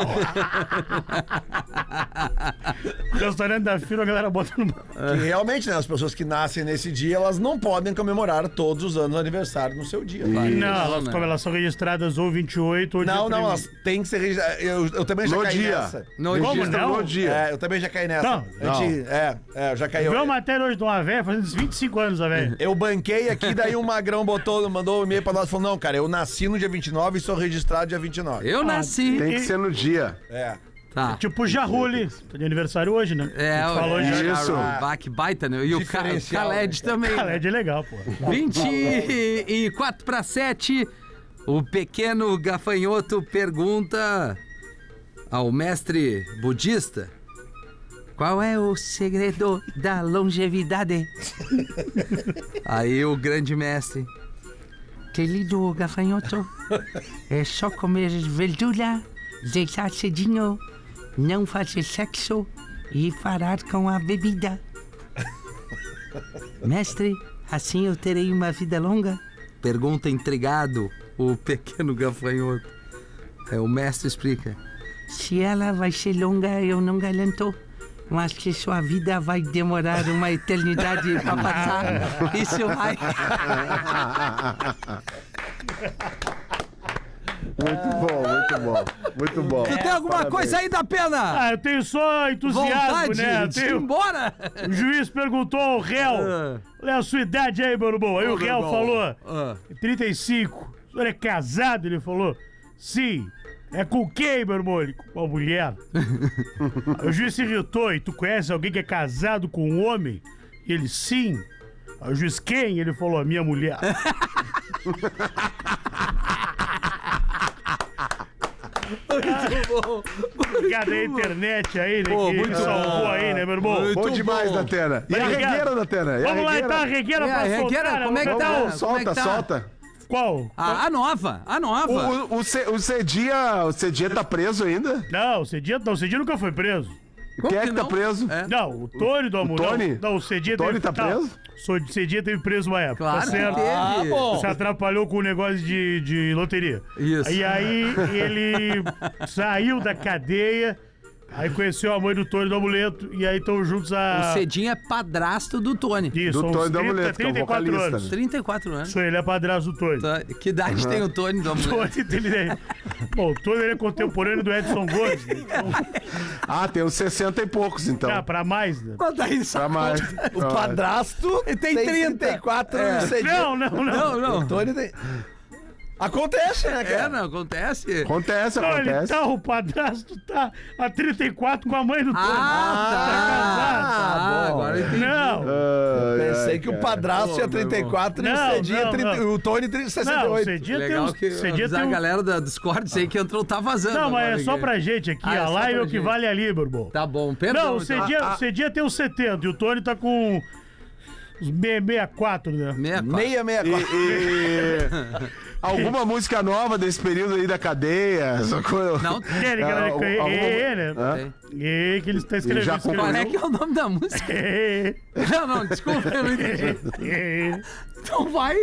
[SPEAKER 2] Restaurante da fila, a galera bota no.
[SPEAKER 6] Que realmente, né? As pessoas que nascem nesse dia, elas não podem comemorar todos os anos aniversário no seu dia. Claro.
[SPEAKER 2] Não, elas,
[SPEAKER 4] né?
[SPEAKER 2] como elas são registradas ou 28 ou
[SPEAKER 6] Não,
[SPEAKER 2] 18.
[SPEAKER 6] não, elas têm que ser registradas. Eu, eu também já
[SPEAKER 5] No
[SPEAKER 6] caí
[SPEAKER 5] dia.
[SPEAKER 6] nessa.
[SPEAKER 4] No
[SPEAKER 2] Como
[SPEAKER 4] dia.
[SPEAKER 2] não?
[SPEAKER 5] No dia.
[SPEAKER 6] É, eu também já caí nessa.
[SPEAKER 2] Não,
[SPEAKER 6] Eu te- é, é, eu já caí.
[SPEAKER 2] Viu
[SPEAKER 6] Eu,
[SPEAKER 2] uma matéria hoje de uma véia fazendo uns 25 anos, a véia.
[SPEAKER 6] eu banquei aqui, daí o Magrão botou, mandou um e-mail pra nós e falou: Não, cara, eu nasci no dia 29 e sou registrado dia 29.
[SPEAKER 2] Ah.
[SPEAKER 4] Eu nasci.
[SPEAKER 5] Tem que ser no dia.
[SPEAKER 6] É.
[SPEAKER 4] Tá.
[SPEAKER 2] Tipo Jarulli. Tá de aniversário hoje, né?
[SPEAKER 4] É,
[SPEAKER 2] A gente falou
[SPEAKER 4] é,
[SPEAKER 2] já.
[SPEAKER 5] isso.
[SPEAKER 4] Ah, que baita, né? E o Ca- o
[SPEAKER 6] Diferencial, né?
[SPEAKER 4] Khaled também. né?
[SPEAKER 2] Cara, é de legal, pô.
[SPEAKER 4] 24 para 7, o pequeno gafanhoto pergunta ao mestre budista qual é o segredo da longevidade? Aí o grande mestre, querido gafanhoto, é só comer verdura, deitar cedinho, não fazer sexo e parar com a bebida. Mestre, assim eu terei uma vida longa? Pergunta intrigado o pequeno gafanhoto. Aí o mestre explica. Se ela vai ser longa, eu não garanto. Mas que sua vida vai demorar uma eternidade pra passar. Isso vai.
[SPEAKER 5] Muito bom, muito bom. Muito bom.
[SPEAKER 4] Tem alguma coisa aí da pena?
[SPEAKER 2] Ah, eu tenho só entusiasmo,
[SPEAKER 4] Vontade
[SPEAKER 2] né? Eu
[SPEAKER 4] de ir
[SPEAKER 2] tenho...
[SPEAKER 4] embora?
[SPEAKER 2] O juiz perguntou ao réu:
[SPEAKER 4] Ah.
[SPEAKER 2] Olha a sua idade aí, meu irmão. Aí o réu falou:
[SPEAKER 4] Ah.
[SPEAKER 2] 35. O senhor é casado? Ele falou: Sim. É com quem, meu irmão? Ele, com uma mulher. Aí o juiz se irritou. E tu conhece alguém que é casado com um homem? E ele, sim. Aí o juiz, quem? Ele falou: A minha mulher. Obrigado aí, internet aí, né?
[SPEAKER 4] Pô,
[SPEAKER 2] que
[SPEAKER 4] muito
[SPEAKER 2] me salvou
[SPEAKER 4] bom.
[SPEAKER 2] aí, né, meu irmão?
[SPEAKER 5] Bom demais,
[SPEAKER 4] bom.
[SPEAKER 5] Datena. E a
[SPEAKER 2] Obrigado.
[SPEAKER 5] regueira, Datena? E a
[SPEAKER 2] Vamos lá
[SPEAKER 5] regueira?
[SPEAKER 2] então, a regueira
[SPEAKER 4] É, a
[SPEAKER 2] pra soltar.
[SPEAKER 4] regueira,
[SPEAKER 2] né?
[SPEAKER 4] como é que
[SPEAKER 2] Vamos
[SPEAKER 4] tá
[SPEAKER 2] ver
[SPEAKER 4] o-
[SPEAKER 5] Vamos,
[SPEAKER 4] Como é
[SPEAKER 5] solta,
[SPEAKER 4] que tá?
[SPEAKER 5] solta.
[SPEAKER 2] Qual?
[SPEAKER 4] Ah, A, a nova, a
[SPEAKER 5] O,
[SPEAKER 4] nova.
[SPEAKER 5] o, o, C, o Cedia, o Cedia tá preso ainda?
[SPEAKER 2] Não, o Cedinho, não, o Cedinho nunca foi preso.
[SPEAKER 4] Como
[SPEAKER 5] Quem é que tá
[SPEAKER 4] não?
[SPEAKER 5] preso?
[SPEAKER 4] É.
[SPEAKER 2] Não, o Tony do Amor.
[SPEAKER 5] Tony?
[SPEAKER 2] Não, não, o Cedinho
[SPEAKER 5] O Tony tá
[SPEAKER 2] não,
[SPEAKER 5] preso?
[SPEAKER 2] o Cedinho teve preso uma época.
[SPEAKER 4] Claro
[SPEAKER 2] tá
[SPEAKER 4] que
[SPEAKER 2] certo.
[SPEAKER 4] teve. Ah, bom.
[SPEAKER 2] Se atrapalhou com o negócio de, de loteria.
[SPEAKER 4] Isso.
[SPEAKER 2] E aí ele saiu da cadeia, aí conheceu a mãe do Tony do Amuleto, e aí estão juntos a.
[SPEAKER 4] O Cedinho é padrasto do Tony.
[SPEAKER 2] Isso,
[SPEAKER 5] Do
[SPEAKER 2] uns
[SPEAKER 5] Tony do Amuleto, que é o
[SPEAKER 2] 34
[SPEAKER 5] vocalista,
[SPEAKER 2] anos.
[SPEAKER 5] né?
[SPEAKER 4] 34 anos.
[SPEAKER 2] Isso, ele é padrasto do Tony.
[SPEAKER 4] Tá, Que idade tem o Tony do amor?
[SPEAKER 2] Tony, ele é... Bom, o Tony ele é contemporâneo do Edson Gomes. Né? Então,
[SPEAKER 5] Ah, tem uns 60 e poucos, então.
[SPEAKER 2] ah, pra mais, né?
[SPEAKER 5] Pra mais.
[SPEAKER 6] O padrasto
[SPEAKER 4] Ele tem 30.
[SPEAKER 6] 34
[SPEAKER 4] É.
[SPEAKER 6] anos.
[SPEAKER 2] Não, não, não.
[SPEAKER 4] Não, não.
[SPEAKER 6] Tony tem. Acontece, né,
[SPEAKER 4] É,
[SPEAKER 6] cara?
[SPEAKER 4] não, acontece.
[SPEAKER 5] Acontece,
[SPEAKER 2] Não, ele
[SPEAKER 5] acontece.
[SPEAKER 2] tá, o padrasto tá a 34 com a mãe do Tony.
[SPEAKER 4] Ah, tá.
[SPEAKER 6] Ah, bom.
[SPEAKER 4] agora eu entendi.
[SPEAKER 2] Não,
[SPEAKER 5] Ai,
[SPEAKER 6] Pensei que o padrasto
[SPEAKER 4] Pô,
[SPEAKER 6] tinha
[SPEAKER 4] meu
[SPEAKER 6] 34 e o
[SPEAKER 2] irmão.
[SPEAKER 6] Cedinha
[SPEAKER 2] Não,
[SPEAKER 6] 30,
[SPEAKER 2] não, não.
[SPEAKER 6] o Tony 30,
[SPEAKER 2] não, o
[SPEAKER 6] 68.
[SPEAKER 2] Cedinho tem
[SPEAKER 4] Legal
[SPEAKER 2] uns...
[SPEAKER 4] que
[SPEAKER 2] Cedinho
[SPEAKER 4] avisar
[SPEAKER 2] tem
[SPEAKER 4] a
[SPEAKER 2] um-
[SPEAKER 4] galera da Discord aí que entrou, tá vazando.
[SPEAKER 2] Não, mas
[SPEAKER 4] agora
[SPEAKER 2] é só
[SPEAKER 4] aqui.
[SPEAKER 2] pra gente aqui.
[SPEAKER 4] Ah, é
[SPEAKER 2] a
[SPEAKER 4] só
[SPEAKER 2] live
[SPEAKER 4] pra
[SPEAKER 2] é o que
[SPEAKER 4] gente.
[SPEAKER 2] vale ali, meu irmão.
[SPEAKER 4] Tá bom, perdão.
[SPEAKER 2] não, o
[SPEAKER 4] então.
[SPEAKER 2] Cedinho, o Cedinho tem uns 70 e o Tony tá com uns 664, né?
[SPEAKER 4] Meia quadra.
[SPEAKER 6] 664.
[SPEAKER 5] E- Alguma música nova desse período aí da cadeia? Essa coisa-
[SPEAKER 4] Não,
[SPEAKER 2] Ele, galera,
[SPEAKER 5] Ah, o-
[SPEAKER 2] é, é, é, né?
[SPEAKER 5] Hã?
[SPEAKER 4] tem.
[SPEAKER 2] É, que ele está escrevendo.
[SPEAKER 5] já
[SPEAKER 2] escrevendo.
[SPEAKER 4] Qual é que é o nome da música?
[SPEAKER 2] É,
[SPEAKER 4] Não, não, desculpa, eu não entendi.
[SPEAKER 2] é, é.
[SPEAKER 4] Então vai.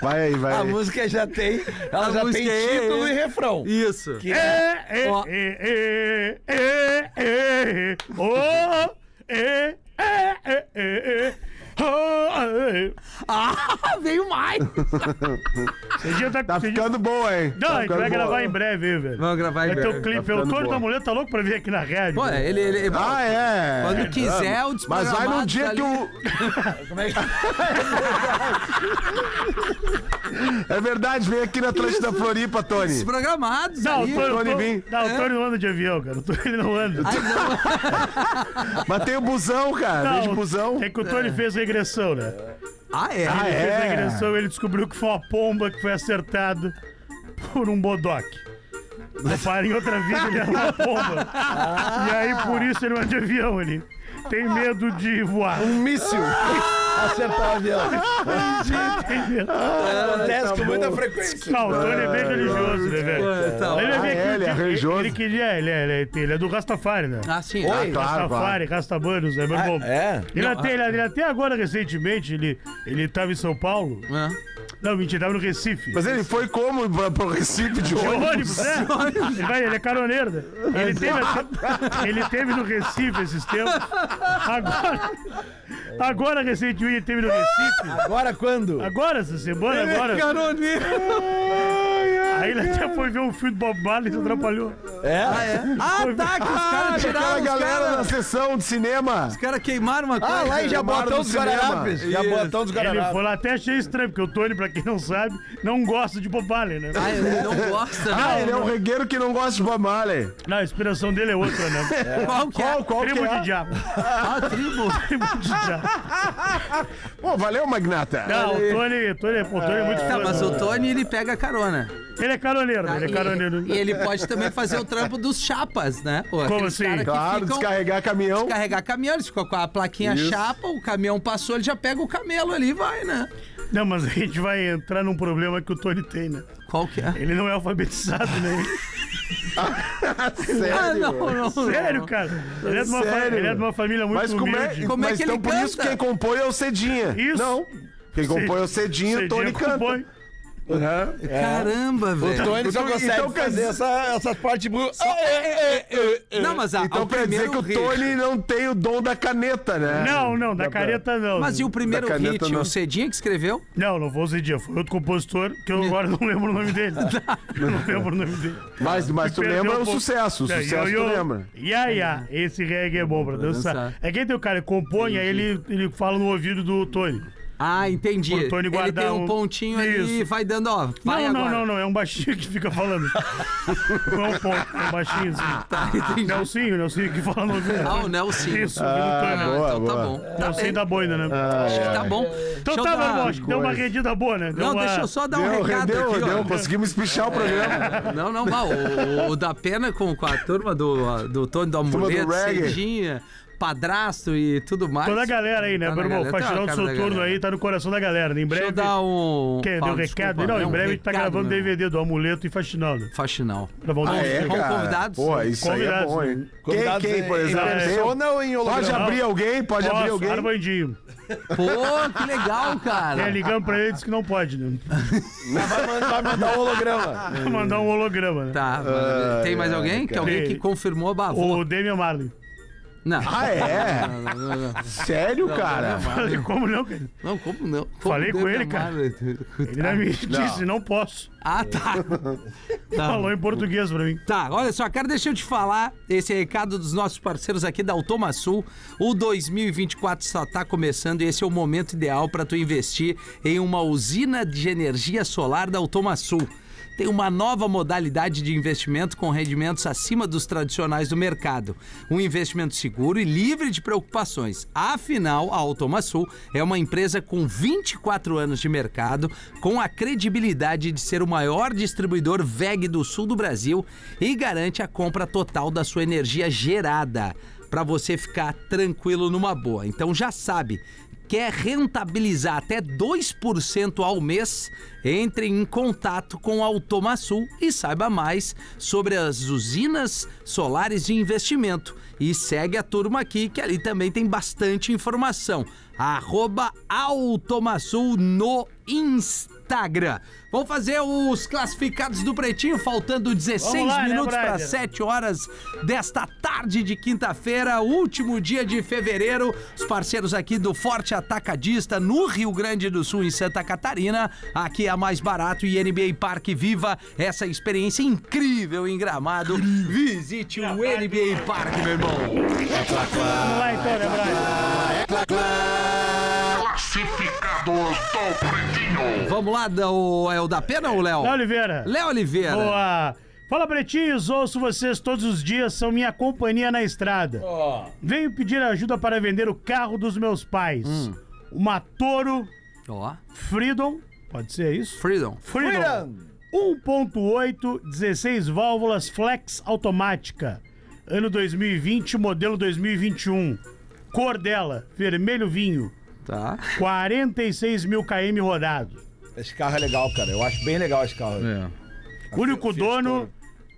[SPEAKER 5] Vai aí, vai
[SPEAKER 6] A
[SPEAKER 5] aí.
[SPEAKER 6] música já tem, ela
[SPEAKER 4] A
[SPEAKER 6] já
[SPEAKER 4] música
[SPEAKER 6] tem
[SPEAKER 4] é-
[SPEAKER 6] título e refrão.
[SPEAKER 4] Isso.
[SPEAKER 2] É, é,
[SPEAKER 4] Ó.
[SPEAKER 2] é, é, é, é, oh, é, é, é, é, é, oh, é.
[SPEAKER 4] Ah, veio mais.
[SPEAKER 2] Esse dia tá-
[SPEAKER 5] Tá
[SPEAKER 2] esse dia-
[SPEAKER 5] ficando boa, hein?
[SPEAKER 2] Não,
[SPEAKER 5] tá
[SPEAKER 2] a gente
[SPEAKER 5] ficando
[SPEAKER 2] vai gravar
[SPEAKER 5] boa.
[SPEAKER 2] em breve, hein, velho.
[SPEAKER 4] Vamos gravar
[SPEAKER 2] Vai
[SPEAKER 4] aí.
[SPEAKER 2] ter o
[SPEAKER 4] velho.
[SPEAKER 2] É clipe. o Tony
[SPEAKER 5] ficando
[SPEAKER 2] da
[SPEAKER 5] boa.
[SPEAKER 2] Mulher tá louco pra vir aqui na rádio.
[SPEAKER 4] Pô, é
[SPEAKER 2] velho.
[SPEAKER 4] ele. ele
[SPEAKER 5] Ah, é.
[SPEAKER 4] Quando quiser, o
[SPEAKER 5] Mas vai num dia que
[SPEAKER 4] o.
[SPEAKER 5] o. É verdade, vem aqui na Atlântida Floripa, Tony.
[SPEAKER 4] Desprogramados.
[SPEAKER 2] Não, o
[SPEAKER 4] ali.
[SPEAKER 2] Tony, o
[SPEAKER 5] Tony
[SPEAKER 2] Tony-
[SPEAKER 5] vem.
[SPEAKER 4] É?
[SPEAKER 2] não, o Tony não anda de avião, cara. O Tony ele não anda.
[SPEAKER 4] Ai, não.
[SPEAKER 5] Mas tem o busão, cara. Vem de
[SPEAKER 2] Não,
[SPEAKER 5] busão.
[SPEAKER 2] É que o Tony fez regressão, né?
[SPEAKER 4] Ah, é.
[SPEAKER 5] Ah,
[SPEAKER 2] Ele fez
[SPEAKER 5] é?
[SPEAKER 2] regressão ele descobriu que foi uma pomba que foi acertada por um bodoque. Repara, em outra vida ele era uma pomba.
[SPEAKER 5] Ah.
[SPEAKER 2] E aí, por isso, ele não é de avião, ele tem medo de voar.
[SPEAKER 5] Um míssil.
[SPEAKER 6] acertar a viola.
[SPEAKER 5] Ah,
[SPEAKER 6] Acontece
[SPEAKER 5] tá
[SPEAKER 6] com muita frequência.
[SPEAKER 2] Não, o Tony é bem religioso, né, velho?
[SPEAKER 4] Então,
[SPEAKER 2] Ele, é meio
[SPEAKER 5] Ah,
[SPEAKER 2] que-
[SPEAKER 5] é, ele é Ah, religioso.
[SPEAKER 2] Ele, queria, ele é, ele é- ele é do Rastafari, né?
[SPEAKER 4] ah, sim.
[SPEAKER 6] Oi?
[SPEAKER 4] ah,
[SPEAKER 5] Claro,
[SPEAKER 2] Rastafari, Rastabanos, né, meu irmão?
[SPEAKER 6] É?
[SPEAKER 2] Ele,
[SPEAKER 4] Não,
[SPEAKER 2] até, ele, ele até agora, recentemente, ele, ele tava em São Paulo.
[SPEAKER 4] ah.
[SPEAKER 2] Não, mentira, tava no Recife.
[SPEAKER 5] Mas ele foi como pra- pro Recife
[SPEAKER 2] De
[SPEAKER 5] de
[SPEAKER 2] ônibus,
[SPEAKER 5] ônibus?
[SPEAKER 2] né? Ele, vai- ele é caroneiro, né? Ele teve, até- ele teve no Recife esses tempos. Agora, agora recentemente, ele teve no Recife.
[SPEAKER 6] Agora quando?
[SPEAKER 2] Agora, essa semana, agora.
[SPEAKER 4] Caroneiro.
[SPEAKER 2] Aí ele até foi ver um filme do Bob Marley e se atrapalhou.
[SPEAKER 6] É?
[SPEAKER 4] Ah, tá, que os caras
[SPEAKER 5] Aquela
[SPEAKER 4] tiraram os
[SPEAKER 5] galera da
[SPEAKER 4] caras.
[SPEAKER 5] sessão de cinema.
[SPEAKER 4] Os caras queimaram uma coisa.
[SPEAKER 6] Ah, lá em Jabotão
[SPEAKER 5] Tomaram
[SPEAKER 6] dos
[SPEAKER 5] no cinema.
[SPEAKER 6] Guararapes.
[SPEAKER 4] Isso.
[SPEAKER 6] Jabotão dos
[SPEAKER 2] Ele foi
[SPEAKER 6] Guararapes.
[SPEAKER 2] lá até achei estranho, porque o Tony, pra quem não sabe, não gosta de Bob Marley, né?
[SPEAKER 4] Ah, ele não gosta.
[SPEAKER 5] Ah,
[SPEAKER 4] né?
[SPEAKER 5] ele é um regueiro que não gosta de Bob Marley.
[SPEAKER 2] Não, a inspiração dele é outra, né?
[SPEAKER 4] Qual que é?
[SPEAKER 5] Qual, qual que
[SPEAKER 2] Primo de
[SPEAKER 5] é?
[SPEAKER 2] diabo.
[SPEAKER 4] Ah, tribo.
[SPEAKER 2] Primo de diabo.
[SPEAKER 5] Pô, valeu, Magnata.
[SPEAKER 2] Não, o Tony, o Tony, o Tony é muito
[SPEAKER 4] Tá, mas
[SPEAKER 2] fã.
[SPEAKER 4] o Tony, ele pega carona.
[SPEAKER 2] Ele é caroneiro,
[SPEAKER 4] tá?
[SPEAKER 2] né? ele é
[SPEAKER 4] E-
[SPEAKER 2] caroneiro.
[SPEAKER 4] E, ele pode também fazer o trampo dos chapas, né? Pô, aqueles
[SPEAKER 2] assim?
[SPEAKER 4] cara que
[SPEAKER 5] Claro,
[SPEAKER 4] ficam-
[SPEAKER 5] descarregar caminhão.
[SPEAKER 4] Carregar caminhão, eles ficam com a plaquinha chapa, o caminhão passou, ele já pega o camelo ali e vai, né?
[SPEAKER 2] Não, mas a gente vai entrar num problema que o Tony tem, né?
[SPEAKER 4] Qual que é?
[SPEAKER 2] Ele não é alfabetizado, né?
[SPEAKER 4] Ah,
[SPEAKER 5] Sério.
[SPEAKER 4] não, não, não.
[SPEAKER 2] Sério, cara. Ele é de uma, fa-
[SPEAKER 5] Sério.
[SPEAKER 2] ele é de uma família muito
[SPEAKER 5] Mas como é,
[SPEAKER 2] humilde.
[SPEAKER 4] Como é
[SPEAKER 5] mas
[SPEAKER 4] que ele
[SPEAKER 5] então por isso
[SPEAKER 4] canta?
[SPEAKER 5] quem compõe é o Cedinha.
[SPEAKER 2] Isso.
[SPEAKER 5] Não. Quem compõe é o Cedinha, o Tony
[SPEAKER 2] Cedinha
[SPEAKER 5] canta.
[SPEAKER 2] compõe.
[SPEAKER 5] Aham.
[SPEAKER 4] Caramba,
[SPEAKER 6] O
[SPEAKER 4] velho.
[SPEAKER 6] Tony só
[SPEAKER 5] Então,
[SPEAKER 6] consegue
[SPEAKER 5] então quer
[SPEAKER 6] fazer
[SPEAKER 5] dizer-
[SPEAKER 6] essa, essas partes... bu- Ah, é, é, é, é.
[SPEAKER 4] Não, mas a,
[SPEAKER 5] Então
[SPEAKER 4] ao
[SPEAKER 5] quer dizer
[SPEAKER 4] primeiro
[SPEAKER 5] que o
[SPEAKER 4] hit-
[SPEAKER 5] Tony não tem o dom da caneta, né?
[SPEAKER 2] Não, não, da careta não.
[SPEAKER 4] Mas e o primeiro
[SPEAKER 5] Da
[SPEAKER 4] hit,
[SPEAKER 5] caneta, não.
[SPEAKER 4] o Cedinha que escreveu?
[SPEAKER 2] Não, não vou dia. Foi outro compositor que eu agora não lembro o nome dele. Eu não lembro o nome dele.
[SPEAKER 5] Mas, mas tu
[SPEAKER 2] Perdeu um
[SPEAKER 5] lembra o
[SPEAKER 2] pouco. É,
[SPEAKER 5] sucesso, o
[SPEAKER 2] Não,
[SPEAKER 5] sucesso
[SPEAKER 2] yo,
[SPEAKER 5] tu
[SPEAKER 2] yo,
[SPEAKER 5] lembra.
[SPEAKER 2] Ya, ya, esse reggae é bom pra dançar.
[SPEAKER 4] dançar.
[SPEAKER 2] É quem tem o cara que compõe, aí ele, ele fala no ouvido do Tony.
[SPEAKER 4] Ah, entendi.
[SPEAKER 2] Pro Tony
[SPEAKER 4] Ele
[SPEAKER 2] guardar
[SPEAKER 4] tem um
[SPEAKER 2] um-
[SPEAKER 4] pontinho ali e
[SPEAKER 2] Isso.
[SPEAKER 4] vai dando, ó, vai
[SPEAKER 2] não,
[SPEAKER 4] agora.
[SPEAKER 2] não, não, não, é um baixinho que fica falando. não é um ponto, é um baixinho assim.
[SPEAKER 4] Tá, entendi.
[SPEAKER 2] Nelsinho, Nelsinho que fala no ouvido.
[SPEAKER 4] Ah, o Nelsinho.
[SPEAKER 2] Isso, o ouvido do
[SPEAKER 4] Ah,
[SPEAKER 2] Tony.
[SPEAKER 5] boa, Ah.
[SPEAKER 4] então tá
[SPEAKER 5] boa. É.
[SPEAKER 4] bom. Tá,
[SPEAKER 2] Nelsinho da boina, né?
[SPEAKER 4] tá bom.
[SPEAKER 2] Então
[SPEAKER 4] Deixa eu
[SPEAKER 2] tá,
[SPEAKER 4] dar-
[SPEAKER 2] meu irmão, deu uma rendida boa, né? Deu
[SPEAKER 4] Não,
[SPEAKER 2] uma...
[SPEAKER 4] deixa eu só dar um
[SPEAKER 5] Deu,
[SPEAKER 4] recado
[SPEAKER 5] rendeu,
[SPEAKER 4] aqui,
[SPEAKER 5] deu,
[SPEAKER 4] ó.
[SPEAKER 5] conseguimos pichar o programa.
[SPEAKER 4] Não, não, mal. O, o da pena com, com a turma do, do Tony do
[SPEAKER 5] do
[SPEAKER 4] Amuleto,
[SPEAKER 5] reggae.
[SPEAKER 4] Cedinha, Padrasto e tudo mais.
[SPEAKER 2] Toda a galera aí, né,
[SPEAKER 4] Tá
[SPEAKER 2] meu
[SPEAKER 4] na
[SPEAKER 2] irmão?
[SPEAKER 4] galera,
[SPEAKER 2] Faz
[SPEAKER 4] tá na
[SPEAKER 2] tirar o
[SPEAKER 4] cara da
[SPEAKER 2] seu turno
[SPEAKER 4] galera.
[SPEAKER 2] aí, tá no coração da galera, né? Em
[SPEAKER 4] Deixa eu
[SPEAKER 2] breve.
[SPEAKER 4] dar um.
[SPEAKER 2] Que
[SPEAKER 4] Fala,
[SPEAKER 2] deu recado?
[SPEAKER 4] desculpa,
[SPEAKER 2] não,
[SPEAKER 4] é
[SPEAKER 2] em
[SPEAKER 4] um
[SPEAKER 2] breve a gente tá
[SPEAKER 4] recado,
[SPEAKER 2] gravando
[SPEAKER 4] meu irmão.
[SPEAKER 2] DVD do Amuleto e Faxinal, né?
[SPEAKER 4] Faxinal.
[SPEAKER 2] Pra voltar
[SPEAKER 4] Ah,
[SPEAKER 2] ao-
[SPEAKER 4] é? bom, convidados.
[SPEAKER 5] Pô, isso
[SPEAKER 2] Convidados,
[SPEAKER 5] aí é bom, hein?
[SPEAKER 2] né?
[SPEAKER 5] Quem,
[SPEAKER 6] Convidados
[SPEAKER 5] quem, por
[SPEAKER 6] em- em
[SPEAKER 5] exemplo?
[SPEAKER 6] persona ou em holograma?
[SPEAKER 5] Pode abrir alguém? Pode abrir
[SPEAKER 2] Posso,
[SPEAKER 5] alguém?
[SPEAKER 2] Armandinho.
[SPEAKER 4] Pô, que legal,
[SPEAKER 2] É,
[SPEAKER 4] cara.
[SPEAKER 2] ligamos pra ele, disse que não pode, né?
[SPEAKER 6] Vai mandar, vai mandar um holograma.
[SPEAKER 2] Mandar um holograma, né?
[SPEAKER 4] Tá, mano, tem mais alguém? Tem alguém que
[SPEAKER 2] Tem.
[SPEAKER 4] confirmou a bavô.
[SPEAKER 2] O Damian Marley.
[SPEAKER 4] Não.
[SPEAKER 5] Ah, é?
[SPEAKER 4] Não, não, não.
[SPEAKER 5] Sério, cara?
[SPEAKER 2] Falei, como não, cara?
[SPEAKER 4] Não, como não? Como
[SPEAKER 2] Falei com
[SPEAKER 4] deve
[SPEAKER 2] ele, cara.
[SPEAKER 4] amar?
[SPEAKER 2] Ele não me disse, não posso.
[SPEAKER 4] Ah, tá. tá.
[SPEAKER 2] Falou em português pra mim.
[SPEAKER 4] Tá, olha só, cara, deixa eu te falar esse recado dos nossos parceiros aqui da Automaçul. O 2024 só tá começando e esse é o momento ideal para tu investir em uma usina de energia solar da Automaçul. Tem uma nova modalidade de investimento com rendimentos acima dos tradicionais do mercado. Um investimento seguro e livre de preocupações. Afinal, a Automaçul é uma empresa com 24 anos de mercado, com a credibilidade de ser o maior distribuidor VEG do sul do Brasil e garante a compra total da sua energia gerada para você ficar tranquilo numa boa. Então já sabe, quer rentabilizar até 2% ao mês? Entre em contato com a Automaçul e saiba mais sobre as usinas solares de investimento. E segue a turma aqui, que ali também tem bastante informação. Arroba Automaçul no Instagram. Vamos fazer os classificados do Pretinho, faltando 16
[SPEAKER 2] Vamos lá, né,
[SPEAKER 4] minutos para
[SPEAKER 2] Brian?
[SPEAKER 4] 7 horas desta tarde de quinta-feira, último dia de fevereiro. Os parceiros aqui do Forte Atacadista no Rio Grande do Sul, em Santa Catarina. Aqui é a mais barato e NBA Parque Viva. Essa experiência incrível em Gramado. Visite o NBA Parque, meu irmão.
[SPEAKER 2] Vamos lá então, né, Brian?
[SPEAKER 7] Classificados do Pretinho.
[SPEAKER 4] Vamos lá, da- o- é o da pena ou o Léo?
[SPEAKER 2] Léo Oliveira.
[SPEAKER 4] Léo Oliveira.
[SPEAKER 2] Boa. Fala, pretinhos. Ouço vocês todos os dias, são minha companhia na estrada. Venho pedir ajuda para vender o carro dos meus pais. Uma Toro
[SPEAKER 4] Ó,
[SPEAKER 2] Freedom. Pode ser isso?
[SPEAKER 4] Freedom.
[SPEAKER 2] Freedom. 1.8, 16 válvulas flex automática. Ano 2020, modelo 2021. Cor dela, um. vermelho vinho.
[SPEAKER 4] Tá.
[SPEAKER 2] 46 mil km rodado.
[SPEAKER 6] Esse carro é legal, cara. Eu acho bem legal esse carro.
[SPEAKER 2] Único dono.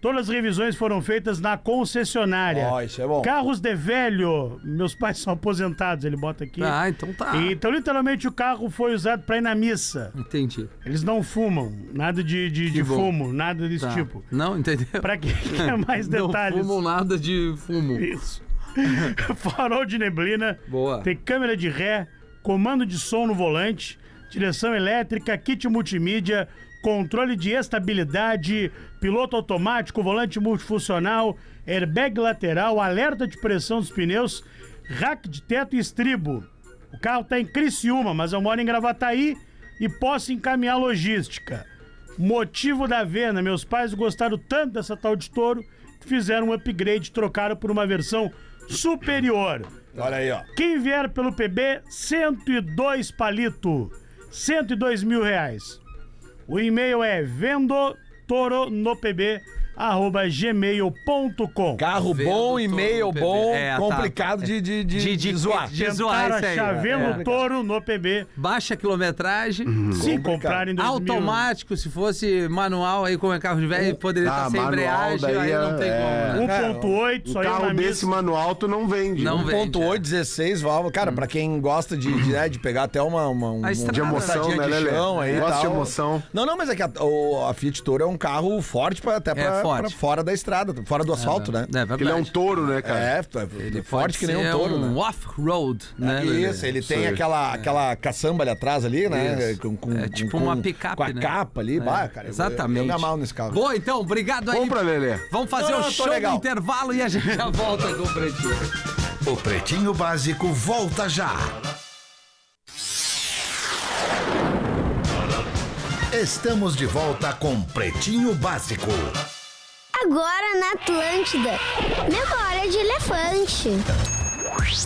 [SPEAKER 2] Todas as revisões foram feitas na concessionária.
[SPEAKER 6] Ó, isso é bom.
[SPEAKER 2] Carros de velho. Meus pais são aposentados, ele bota aqui.
[SPEAKER 4] Ah, então tá.
[SPEAKER 2] Então, literalmente, o carro foi usado pra ir na missa.
[SPEAKER 4] Entendi.
[SPEAKER 2] Eles não fumam, nada de, de, de
[SPEAKER 4] bom.
[SPEAKER 2] fumo, nada desse
[SPEAKER 4] Tá.
[SPEAKER 2] tipo.
[SPEAKER 4] Não, entendeu?
[SPEAKER 2] Pra quem quer mais detalhes.
[SPEAKER 4] Não fumam nada de fumo.
[SPEAKER 2] Isso. Farol de neblina.
[SPEAKER 4] Boa.
[SPEAKER 2] Tem câmera de ré, comando de som no volante, direção elétrica, kit multimídia, controle de estabilidade, piloto automático, volante multifuncional, airbag lateral, alerta de pressão dos pneus, rack de teto e estribo. O carro tá em Criciúma, mas eu moro em Gravataí e posso encaminhar logística. Motivo da venda, meus pais gostaram tanto dessa tal de touro que fizeram um upgrade, trocaram por uma versão superior.
[SPEAKER 6] Olha aí, ó.
[SPEAKER 2] Quem vier pelo PB, 102 palito, 102 mil reais. O e-mail é vendotoronopb, arroba gmail.com.
[SPEAKER 6] Carro
[SPEAKER 4] Vendo
[SPEAKER 6] bom,
[SPEAKER 4] tudo,
[SPEAKER 6] e-mail
[SPEAKER 4] PB.
[SPEAKER 6] bom,
[SPEAKER 4] É, tá.
[SPEAKER 6] complicado de, de, de,
[SPEAKER 4] De-
[SPEAKER 6] de,
[SPEAKER 4] de-
[SPEAKER 6] zoar.
[SPEAKER 4] de- zoar
[SPEAKER 2] Tentaram
[SPEAKER 4] isso aí,
[SPEAKER 2] achar
[SPEAKER 4] é.
[SPEAKER 2] Vendo
[SPEAKER 4] É.
[SPEAKER 2] Touro no PB,
[SPEAKER 4] Baixa quilometragem.
[SPEAKER 2] se comprarem em 2000.
[SPEAKER 4] Automático, se fosse manual, aí como é carro de velho, poderia
[SPEAKER 5] Ah,
[SPEAKER 4] estar sem
[SPEAKER 5] manual,
[SPEAKER 4] embreagem,
[SPEAKER 5] daí
[SPEAKER 4] aí
[SPEAKER 5] é-
[SPEAKER 4] não tem
[SPEAKER 5] é.
[SPEAKER 4] como. Né?
[SPEAKER 2] 1.8,
[SPEAKER 5] Um
[SPEAKER 2] só ia na
[SPEAKER 5] carro desse
[SPEAKER 2] missa.
[SPEAKER 5] manual tu não vende. né?
[SPEAKER 4] Não vende.
[SPEAKER 6] 1.8, 16 válvulas. Cara, pra quem gosta de, de, né, de pegar até uma, uma um,
[SPEAKER 4] A estrada.
[SPEAKER 5] De emoção,
[SPEAKER 6] passadinha
[SPEAKER 5] né,
[SPEAKER 6] de
[SPEAKER 5] Lelê?
[SPEAKER 6] chão aí e
[SPEAKER 5] Gosto de
[SPEAKER 6] tal.
[SPEAKER 5] emoção.
[SPEAKER 6] Não, não, mas é que a, o- a Fiat Toro é um carro forte pra, até pra,
[SPEAKER 4] É forte.
[SPEAKER 6] pra fora da estrada, fora do asfalto, né?
[SPEAKER 4] É verdade.
[SPEAKER 5] Ele é um touro, né, cara?
[SPEAKER 6] É, ele é forte que nem um touro, né? É
[SPEAKER 4] off-road, né? Lelê? É.
[SPEAKER 6] Isso, ele tem aquela, aquela caçamba ali atrás ali, né?
[SPEAKER 4] Isso.
[SPEAKER 6] Com, com-
[SPEAKER 4] É tipo
[SPEAKER 6] com-
[SPEAKER 4] uma picape,
[SPEAKER 6] Com a
[SPEAKER 4] né?
[SPEAKER 6] capa ali,
[SPEAKER 4] É,
[SPEAKER 6] bah, cara. eu-
[SPEAKER 4] Exatamente.
[SPEAKER 6] Eu, eu me amarro nesse carro.
[SPEAKER 4] Boa, então, obrigado aí.
[SPEAKER 5] Compra, Lelê.
[SPEAKER 4] Vamos fazer
[SPEAKER 6] Não,
[SPEAKER 4] o
[SPEAKER 6] não, tô
[SPEAKER 4] show do
[SPEAKER 6] legal.
[SPEAKER 4] intervalo e a gente já volta com o Pretinho.
[SPEAKER 3] É. O Pretinho Básico volta já. Estamos de volta com Pretinho Básico.
[SPEAKER 8] Agora na Atlântida. Memória de elefante.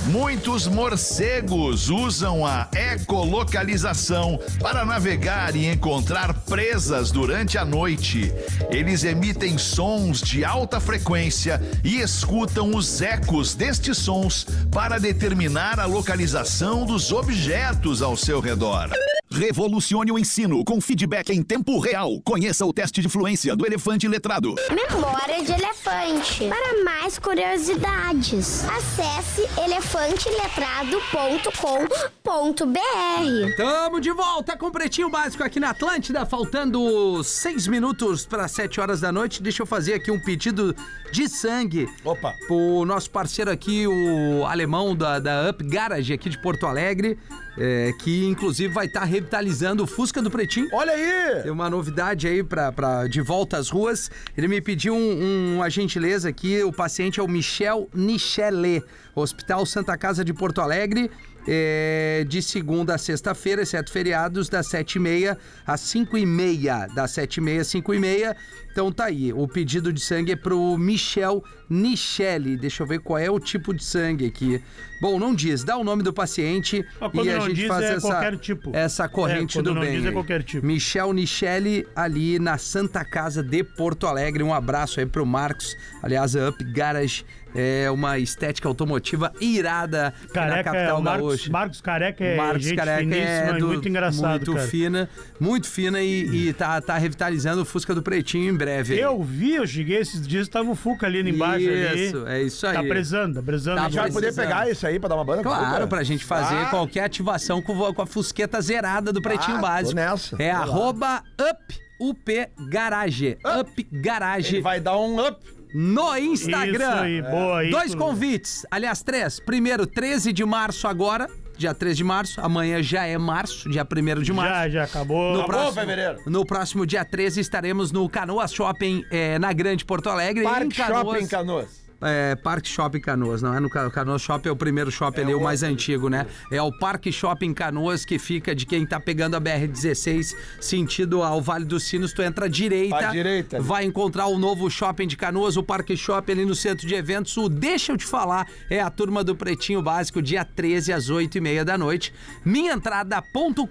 [SPEAKER 3] Muitos morcegos usam a ecolocalização para navegar e encontrar presas durante a noite. Eles emitem sons de alta frequência e escutam os ecos destes sons para determinar a localização dos objetos ao seu redor. Revolucione o ensino com feedback em tempo real. Conheça o teste de fluência do elefante letrado.
[SPEAKER 8] Memória de elefante. Para mais curiosidades, acesse elefanteletrado.com.br.
[SPEAKER 4] Tamo de volta com o Pretinho Básico aqui na Atlântida, faltando seis minutos para sete horas da noite. Deixa eu fazer aqui um pedido de sangue.
[SPEAKER 6] Opa.
[SPEAKER 4] O nosso parceiro aqui, o alemão da, da Up Garage aqui de Porto Alegre, é, que inclusive vai estar revitalizando o Fusca do Pretinho.
[SPEAKER 6] Olha
[SPEAKER 2] É.
[SPEAKER 6] aí!
[SPEAKER 4] Tem uma novidade aí pra, pra, de volta às ruas. Ele me pediu um, um- uma gentileza aqui. O paciente é o Michel Nichelet, Hospital Santa Casa de Porto Alegre. é, de segunda a sexta-feira, exceto feriados, das 7h30 às 5h30. Das 7h30 às 5h30. Então tá aí. O pedido de sangue é pro Michel Nichele. Deixa eu ver qual é o tipo de sangue aqui. Bom, não diz. Dá o nome do paciente
[SPEAKER 2] Mas quando
[SPEAKER 4] e a
[SPEAKER 2] não
[SPEAKER 4] gente
[SPEAKER 2] diz,
[SPEAKER 4] faz
[SPEAKER 2] é
[SPEAKER 4] essa,
[SPEAKER 2] qualquer tipo.
[SPEAKER 4] essa corrente
[SPEAKER 2] É, quando
[SPEAKER 4] do
[SPEAKER 2] não
[SPEAKER 4] bem.
[SPEAKER 2] diz, é
[SPEAKER 4] aí.
[SPEAKER 2] qualquer tipo.
[SPEAKER 4] Michel Nichelle ali na Santa Casa de Porto Alegre. Um abraço aí pro Marcos. Aliás, a Up Garage é uma estética automotiva irada na
[SPEAKER 2] Careca é
[SPEAKER 4] capital
[SPEAKER 2] o Marcos,
[SPEAKER 4] gaúcha.
[SPEAKER 2] Marcos Careca é
[SPEAKER 4] Marcos
[SPEAKER 2] gente
[SPEAKER 4] Careca
[SPEAKER 2] finíssima
[SPEAKER 4] é
[SPEAKER 2] e
[SPEAKER 4] do-
[SPEAKER 2] muito engraçado,
[SPEAKER 4] muito
[SPEAKER 2] cara.
[SPEAKER 4] fina, muito fina e, e tá, tá revitalizando o Fusca do Pretinho em breve. aí.
[SPEAKER 2] Eu vi, eu cheguei esses dias, tava o Fuca ali embaixo.
[SPEAKER 4] Isso,
[SPEAKER 2] ali.
[SPEAKER 4] é isso
[SPEAKER 2] Tá
[SPEAKER 4] aí.
[SPEAKER 2] prezando, tá prezando.
[SPEAKER 4] Tá
[SPEAKER 2] Tá
[SPEAKER 6] A gente vai poder
[SPEAKER 4] precisando.
[SPEAKER 6] pegar isso aí pra dar uma banda?
[SPEAKER 4] Claro,
[SPEAKER 6] Cuba?
[SPEAKER 4] pra gente fazer
[SPEAKER 6] Ah,
[SPEAKER 4] qualquer ativação com, vo- com a fusqueta zerada do Pretinho
[SPEAKER 6] Ah, tô
[SPEAKER 4] Básico.
[SPEAKER 6] nessa.
[SPEAKER 4] É
[SPEAKER 6] Tô lá.
[SPEAKER 4] arroba up, up garage. Up, garage
[SPEAKER 6] Ele vai dar um up.
[SPEAKER 4] no
[SPEAKER 2] Isso
[SPEAKER 4] Instagram. É.
[SPEAKER 2] aí, boa aí.
[SPEAKER 4] Dois
[SPEAKER 2] Tulo.
[SPEAKER 4] convites, aliás, três. Primeiro, 13 de março agora, dia 13 de março. Amanhã já é março, dia 1 de março.
[SPEAKER 2] Já, é. já acabou.
[SPEAKER 4] No
[SPEAKER 6] Acabou,
[SPEAKER 4] próximo,
[SPEAKER 6] fevereiro.
[SPEAKER 4] no próximo dia 13 estaremos no Canoas Shopping, eh, na Grande Porto Alegre. em
[SPEAKER 6] Park
[SPEAKER 4] Canoas,
[SPEAKER 6] Shopping Canoas.
[SPEAKER 4] é, Parque Shopping Canoas, não é no Ca- Canoas Shopping, é o primeiro shopping ali, o mais antigo, né? É o Parque Shopping Canoas que fica de quem tá pegando a BR-16 sentido ao Vale dos Sinos, tu entra à direita,
[SPEAKER 6] À direita, ali.
[SPEAKER 4] vai encontrar o novo shopping de Canoas, o Parque Shopping ali no centro de eventos, o Deixa Eu Te Falar, é a turma do Pretinho Básico, dia 13 às 8 e meia da noite, minhaentrada.com.br,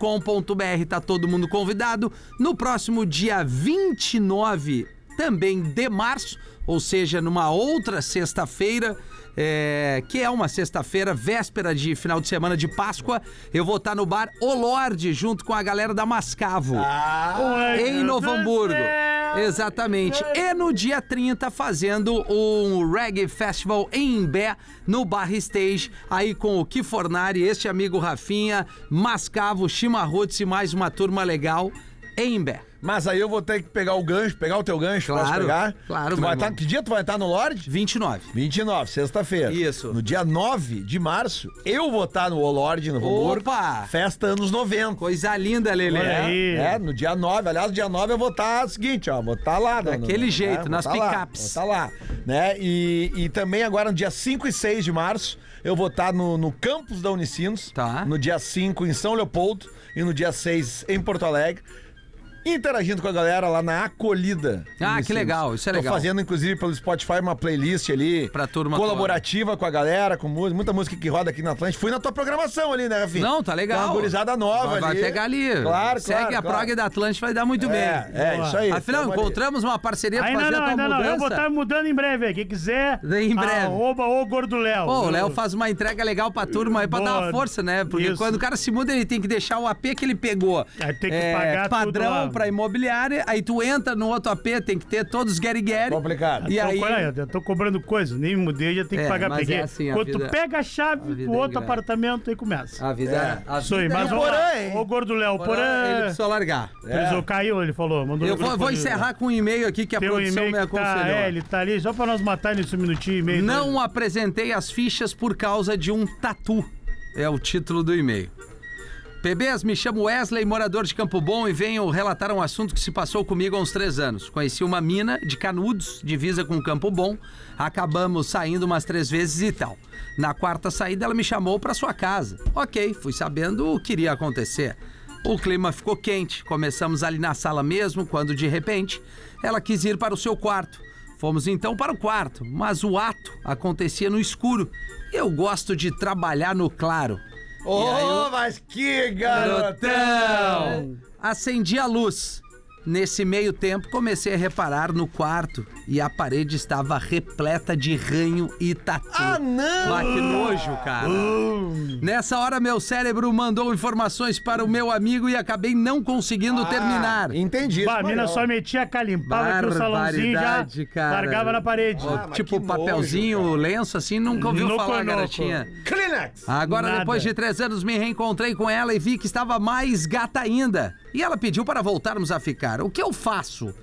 [SPEAKER 4] tá todo mundo convidado, no próximo dia 29... também de março, ou seja, numa outra sexta-feira, é, que é uma sexta-feira, véspera de final de semana de Páscoa, eu vou estar no bar O Lorde junto com a galera da Mascavo em Novo Hamburgo. Exatamente. E no dia 30, fazendo um Reggae Festival em Imbé, no Bar Stage, aí com o Kifornari, este amigo Rafinha, Mascavo, Chimarruts e mais uma turma legal em Imbé.
[SPEAKER 6] Mas aí eu vou ter que pegar o gancho, pegar o teu gancho, posso
[SPEAKER 4] Claro,
[SPEAKER 6] pegar?
[SPEAKER 4] claro,
[SPEAKER 6] tu
[SPEAKER 4] meu
[SPEAKER 6] vai tá,
[SPEAKER 4] irmão.
[SPEAKER 6] Que dia tu vai estar no Lorde?
[SPEAKER 4] 29.
[SPEAKER 6] 29, sexta-feira.
[SPEAKER 4] Isso.
[SPEAKER 6] No dia 9 de março, eu vou estar no O Lorde, no Hamburgo.
[SPEAKER 4] Opa!
[SPEAKER 6] Festa anos 90.
[SPEAKER 4] Coisa linda, Lelê.
[SPEAKER 2] Olha aí.
[SPEAKER 6] É, no dia 9. Aliás, no dia 9 eu vou estar o seguinte, ó. Vou estar lá. no-
[SPEAKER 4] Daquele
[SPEAKER 6] no-
[SPEAKER 4] jeito,
[SPEAKER 6] vou
[SPEAKER 4] nas
[SPEAKER 6] tá lá,
[SPEAKER 4] picapes.
[SPEAKER 6] vou estar lá. Né? E, e também agora no dia 5 e 6 de março, eu vou estar no, no campus da Unicinos.
[SPEAKER 4] Tá.
[SPEAKER 6] No dia 5 em São Leopoldo e no dia 6 em Porto Alegre. Interagindo com a galera lá na acolhida.
[SPEAKER 4] Ah,
[SPEAKER 6] Unicinos.
[SPEAKER 4] que legal, isso é legal.
[SPEAKER 6] Tô fazendo, inclusive, pelo Spotify, uma playlist ali.
[SPEAKER 4] Pra turma
[SPEAKER 6] Colaborativa com a galera, com música, muita música que roda aqui na Atlântica. Fui na tua programação ali, né, Rafinha?
[SPEAKER 4] Não, tá legal.
[SPEAKER 6] Tem uma gurizada nova
[SPEAKER 4] vai,
[SPEAKER 6] ali.
[SPEAKER 4] Vai pegar ali.
[SPEAKER 6] Claro,
[SPEAKER 4] Segue
[SPEAKER 6] claro,
[SPEAKER 4] a
[SPEAKER 6] claro.
[SPEAKER 4] prog da Atlântica, vai dar muito
[SPEAKER 6] É,
[SPEAKER 4] bem.
[SPEAKER 6] é, isso aí.
[SPEAKER 4] Afinal,
[SPEAKER 6] Tamo ali.
[SPEAKER 4] encontramos uma parceria pra
[SPEAKER 2] Ainda
[SPEAKER 4] fazer
[SPEAKER 2] não,
[SPEAKER 4] a tua
[SPEAKER 2] ainda não. Eu vou
[SPEAKER 4] mudança.
[SPEAKER 2] estar mudando em breve. aí. Quem quiser.
[SPEAKER 4] Em breve.
[SPEAKER 2] Arroba o Gordo Léo.
[SPEAKER 4] Pô, o Léo faz uma entrega legal pra turma aí pra dar uma
[SPEAKER 2] Boa.
[SPEAKER 4] força, né? Porque
[SPEAKER 2] Isso.
[SPEAKER 4] quando o cara se muda, ele tem que deixar o AP que ele pegou. É,
[SPEAKER 2] Aí tem que pagar tudo
[SPEAKER 4] Padrão
[SPEAKER 2] lá.
[SPEAKER 4] pra imobiliária, aí tu entra no outro AP, tem que ter todos os Gary Gary.
[SPEAKER 6] Complicado.
[SPEAKER 4] E aí.
[SPEAKER 2] Então, qual é? Eu tô cobrando coisa, nem me mudei, já tem que
[SPEAKER 4] É,
[SPEAKER 2] pagar.
[SPEAKER 4] mas
[SPEAKER 2] Peguei.
[SPEAKER 4] é assim, a
[SPEAKER 2] Quando
[SPEAKER 4] vida-
[SPEAKER 2] tu pega a
[SPEAKER 4] a
[SPEAKER 2] chave pro
[SPEAKER 4] vida é
[SPEAKER 2] outro
[SPEAKER 4] ingrata.
[SPEAKER 2] apartamento, aí começa.
[SPEAKER 4] A vida é. A
[SPEAKER 2] Isso aí,
[SPEAKER 4] vida
[SPEAKER 2] mas
[SPEAKER 4] é-
[SPEAKER 2] vamos
[SPEAKER 6] Porã,
[SPEAKER 2] lá. É.
[SPEAKER 6] hein?
[SPEAKER 2] Ô, Gordo Léo, o
[SPEAKER 4] Ele
[SPEAKER 2] Porã.
[SPEAKER 4] precisou largar. É.
[SPEAKER 2] Precisou, caiu, ele falou. Mandou
[SPEAKER 4] Eu
[SPEAKER 2] no
[SPEAKER 4] vou,
[SPEAKER 2] grupo
[SPEAKER 4] vou
[SPEAKER 2] ali.
[SPEAKER 4] encerrar com um e-mail aqui que a
[SPEAKER 2] Tem um
[SPEAKER 4] produção
[SPEAKER 2] e-mail
[SPEAKER 4] me
[SPEAKER 2] que tá,
[SPEAKER 4] aconselhou.
[SPEAKER 2] é, ele tá ali só pra nós matar nesse minutinho e meio.
[SPEAKER 4] Não apresentei as fichas por causa de um tatu. É o título do e-mail. PBs, me chamo Wesley, morador de Campo Bom, e venho relatar um assunto que se passou comigo há uns três anos. Conheci uma mina de Canudos, divisa com Campo Bom. Acabamos saindo umas três vezes e tal. Na quarta saída, ela me chamou para sua casa. Ok, fui sabendo o que iria acontecer. O clima ficou quente, começamos ali na sala mesmo, quando de repente ela quis ir para o seu quarto. Fomos então para o quarto, mas o ato acontecia no escuro. Eu gosto de trabalhar no claro.
[SPEAKER 6] Ô, mas que garotão!
[SPEAKER 4] Garotão! Acendi a luz. Nesse meio tempo, comecei a reparar no quarto e a parede estava repleta de ranho e tatu. Ah,
[SPEAKER 6] não! Ah.
[SPEAKER 4] Bah, que nojo, cara. Nessa hora, meu cérebro mandou informações para o meu amigo e acabei não conseguindo terminar.
[SPEAKER 6] Ah, Entendi.
[SPEAKER 2] Bah, a mina só metia a calimpava aqui no salãozinho já
[SPEAKER 4] Barbaridade, cara.
[SPEAKER 2] largava na parede.
[SPEAKER 4] Ó,
[SPEAKER 6] Ah, mas
[SPEAKER 4] tipo
[SPEAKER 6] que
[SPEAKER 4] papelzinho, lenço assim, nunca ouviu
[SPEAKER 2] Noco,
[SPEAKER 4] falar,
[SPEAKER 2] noco.
[SPEAKER 4] garotinha.
[SPEAKER 6] Kleenex!
[SPEAKER 4] Agora,
[SPEAKER 2] Nada.
[SPEAKER 4] depois de três anos, me reencontrei com ela e vi que estava mais gata ainda. E ela pediu para voltarmos a ficar. O que eu faço?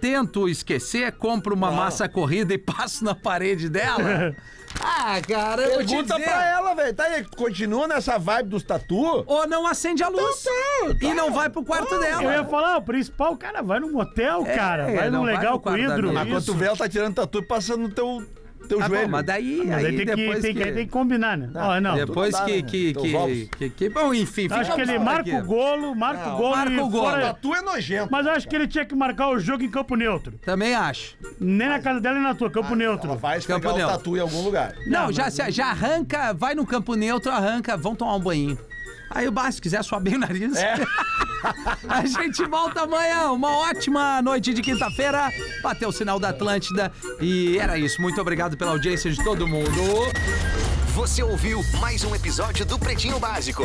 [SPEAKER 4] Tento esquecer, compro uma massa corrida e passo na parede dela? ah, cara, eu vou te
[SPEAKER 6] Pergunta
[SPEAKER 4] dizer.
[SPEAKER 6] pra ela, velho. Tá aí, continua nessa vibe dos tatu?
[SPEAKER 4] Ou não acende a luz.
[SPEAKER 6] Então tá, tá.
[SPEAKER 4] E não vai pro quarto dela. Tá
[SPEAKER 2] Eu ia falar, o principal, cara, vai no motel,
[SPEAKER 4] É,
[SPEAKER 2] cara. Vai
[SPEAKER 4] não
[SPEAKER 2] num
[SPEAKER 4] vai
[SPEAKER 2] legal
[SPEAKER 4] no quarto
[SPEAKER 2] com
[SPEAKER 4] da
[SPEAKER 2] hidro.
[SPEAKER 4] mina.
[SPEAKER 6] Mas quando tu vê, ela tá tirando tatu e passando no teu, teu
[SPEAKER 4] Tá bom,
[SPEAKER 6] joelho.
[SPEAKER 4] mas daí,
[SPEAKER 2] Mas
[SPEAKER 4] aí,
[SPEAKER 2] aí tem que,
[SPEAKER 4] depois
[SPEAKER 2] tem, que...
[SPEAKER 4] que- Ah,
[SPEAKER 2] tem que combinar, né? Ó, não.
[SPEAKER 4] Depois
[SPEAKER 6] tudo
[SPEAKER 4] que, que,
[SPEAKER 6] dá, né?
[SPEAKER 4] que,
[SPEAKER 6] Então,
[SPEAKER 4] que, que- Bom, enfim, fica
[SPEAKER 2] Acho que ele
[SPEAKER 4] pro
[SPEAKER 2] marca o
[SPEAKER 4] zagueiro.
[SPEAKER 2] golo, marca o golo
[SPEAKER 4] marca
[SPEAKER 2] e
[SPEAKER 4] o golo.
[SPEAKER 2] fora.
[SPEAKER 6] Tatu é nojento.
[SPEAKER 2] Mas eu acho que ele tinha que marcar o jogo em campo neutro.
[SPEAKER 4] Também acho.
[SPEAKER 2] Nem na casa dela, nem na tua, campo neutro.
[SPEAKER 6] Ela vai
[SPEAKER 4] Campo
[SPEAKER 6] esfregar o
[SPEAKER 4] Neutro.
[SPEAKER 6] tatu em algum lugar.
[SPEAKER 4] Não, já, se- já arranca, vai no campo neutro, arranca, vão tomar um banho. Aí o Bar, se quiser suar bem o nariz. A gente volta amanhã. Uma ótima noite de quinta-feira. Bateu o sinal da Atlântida. E era isso. Muito obrigado pela audiência de todo mundo.
[SPEAKER 9] Você ouviu mais um episódio do Pretinho Básico.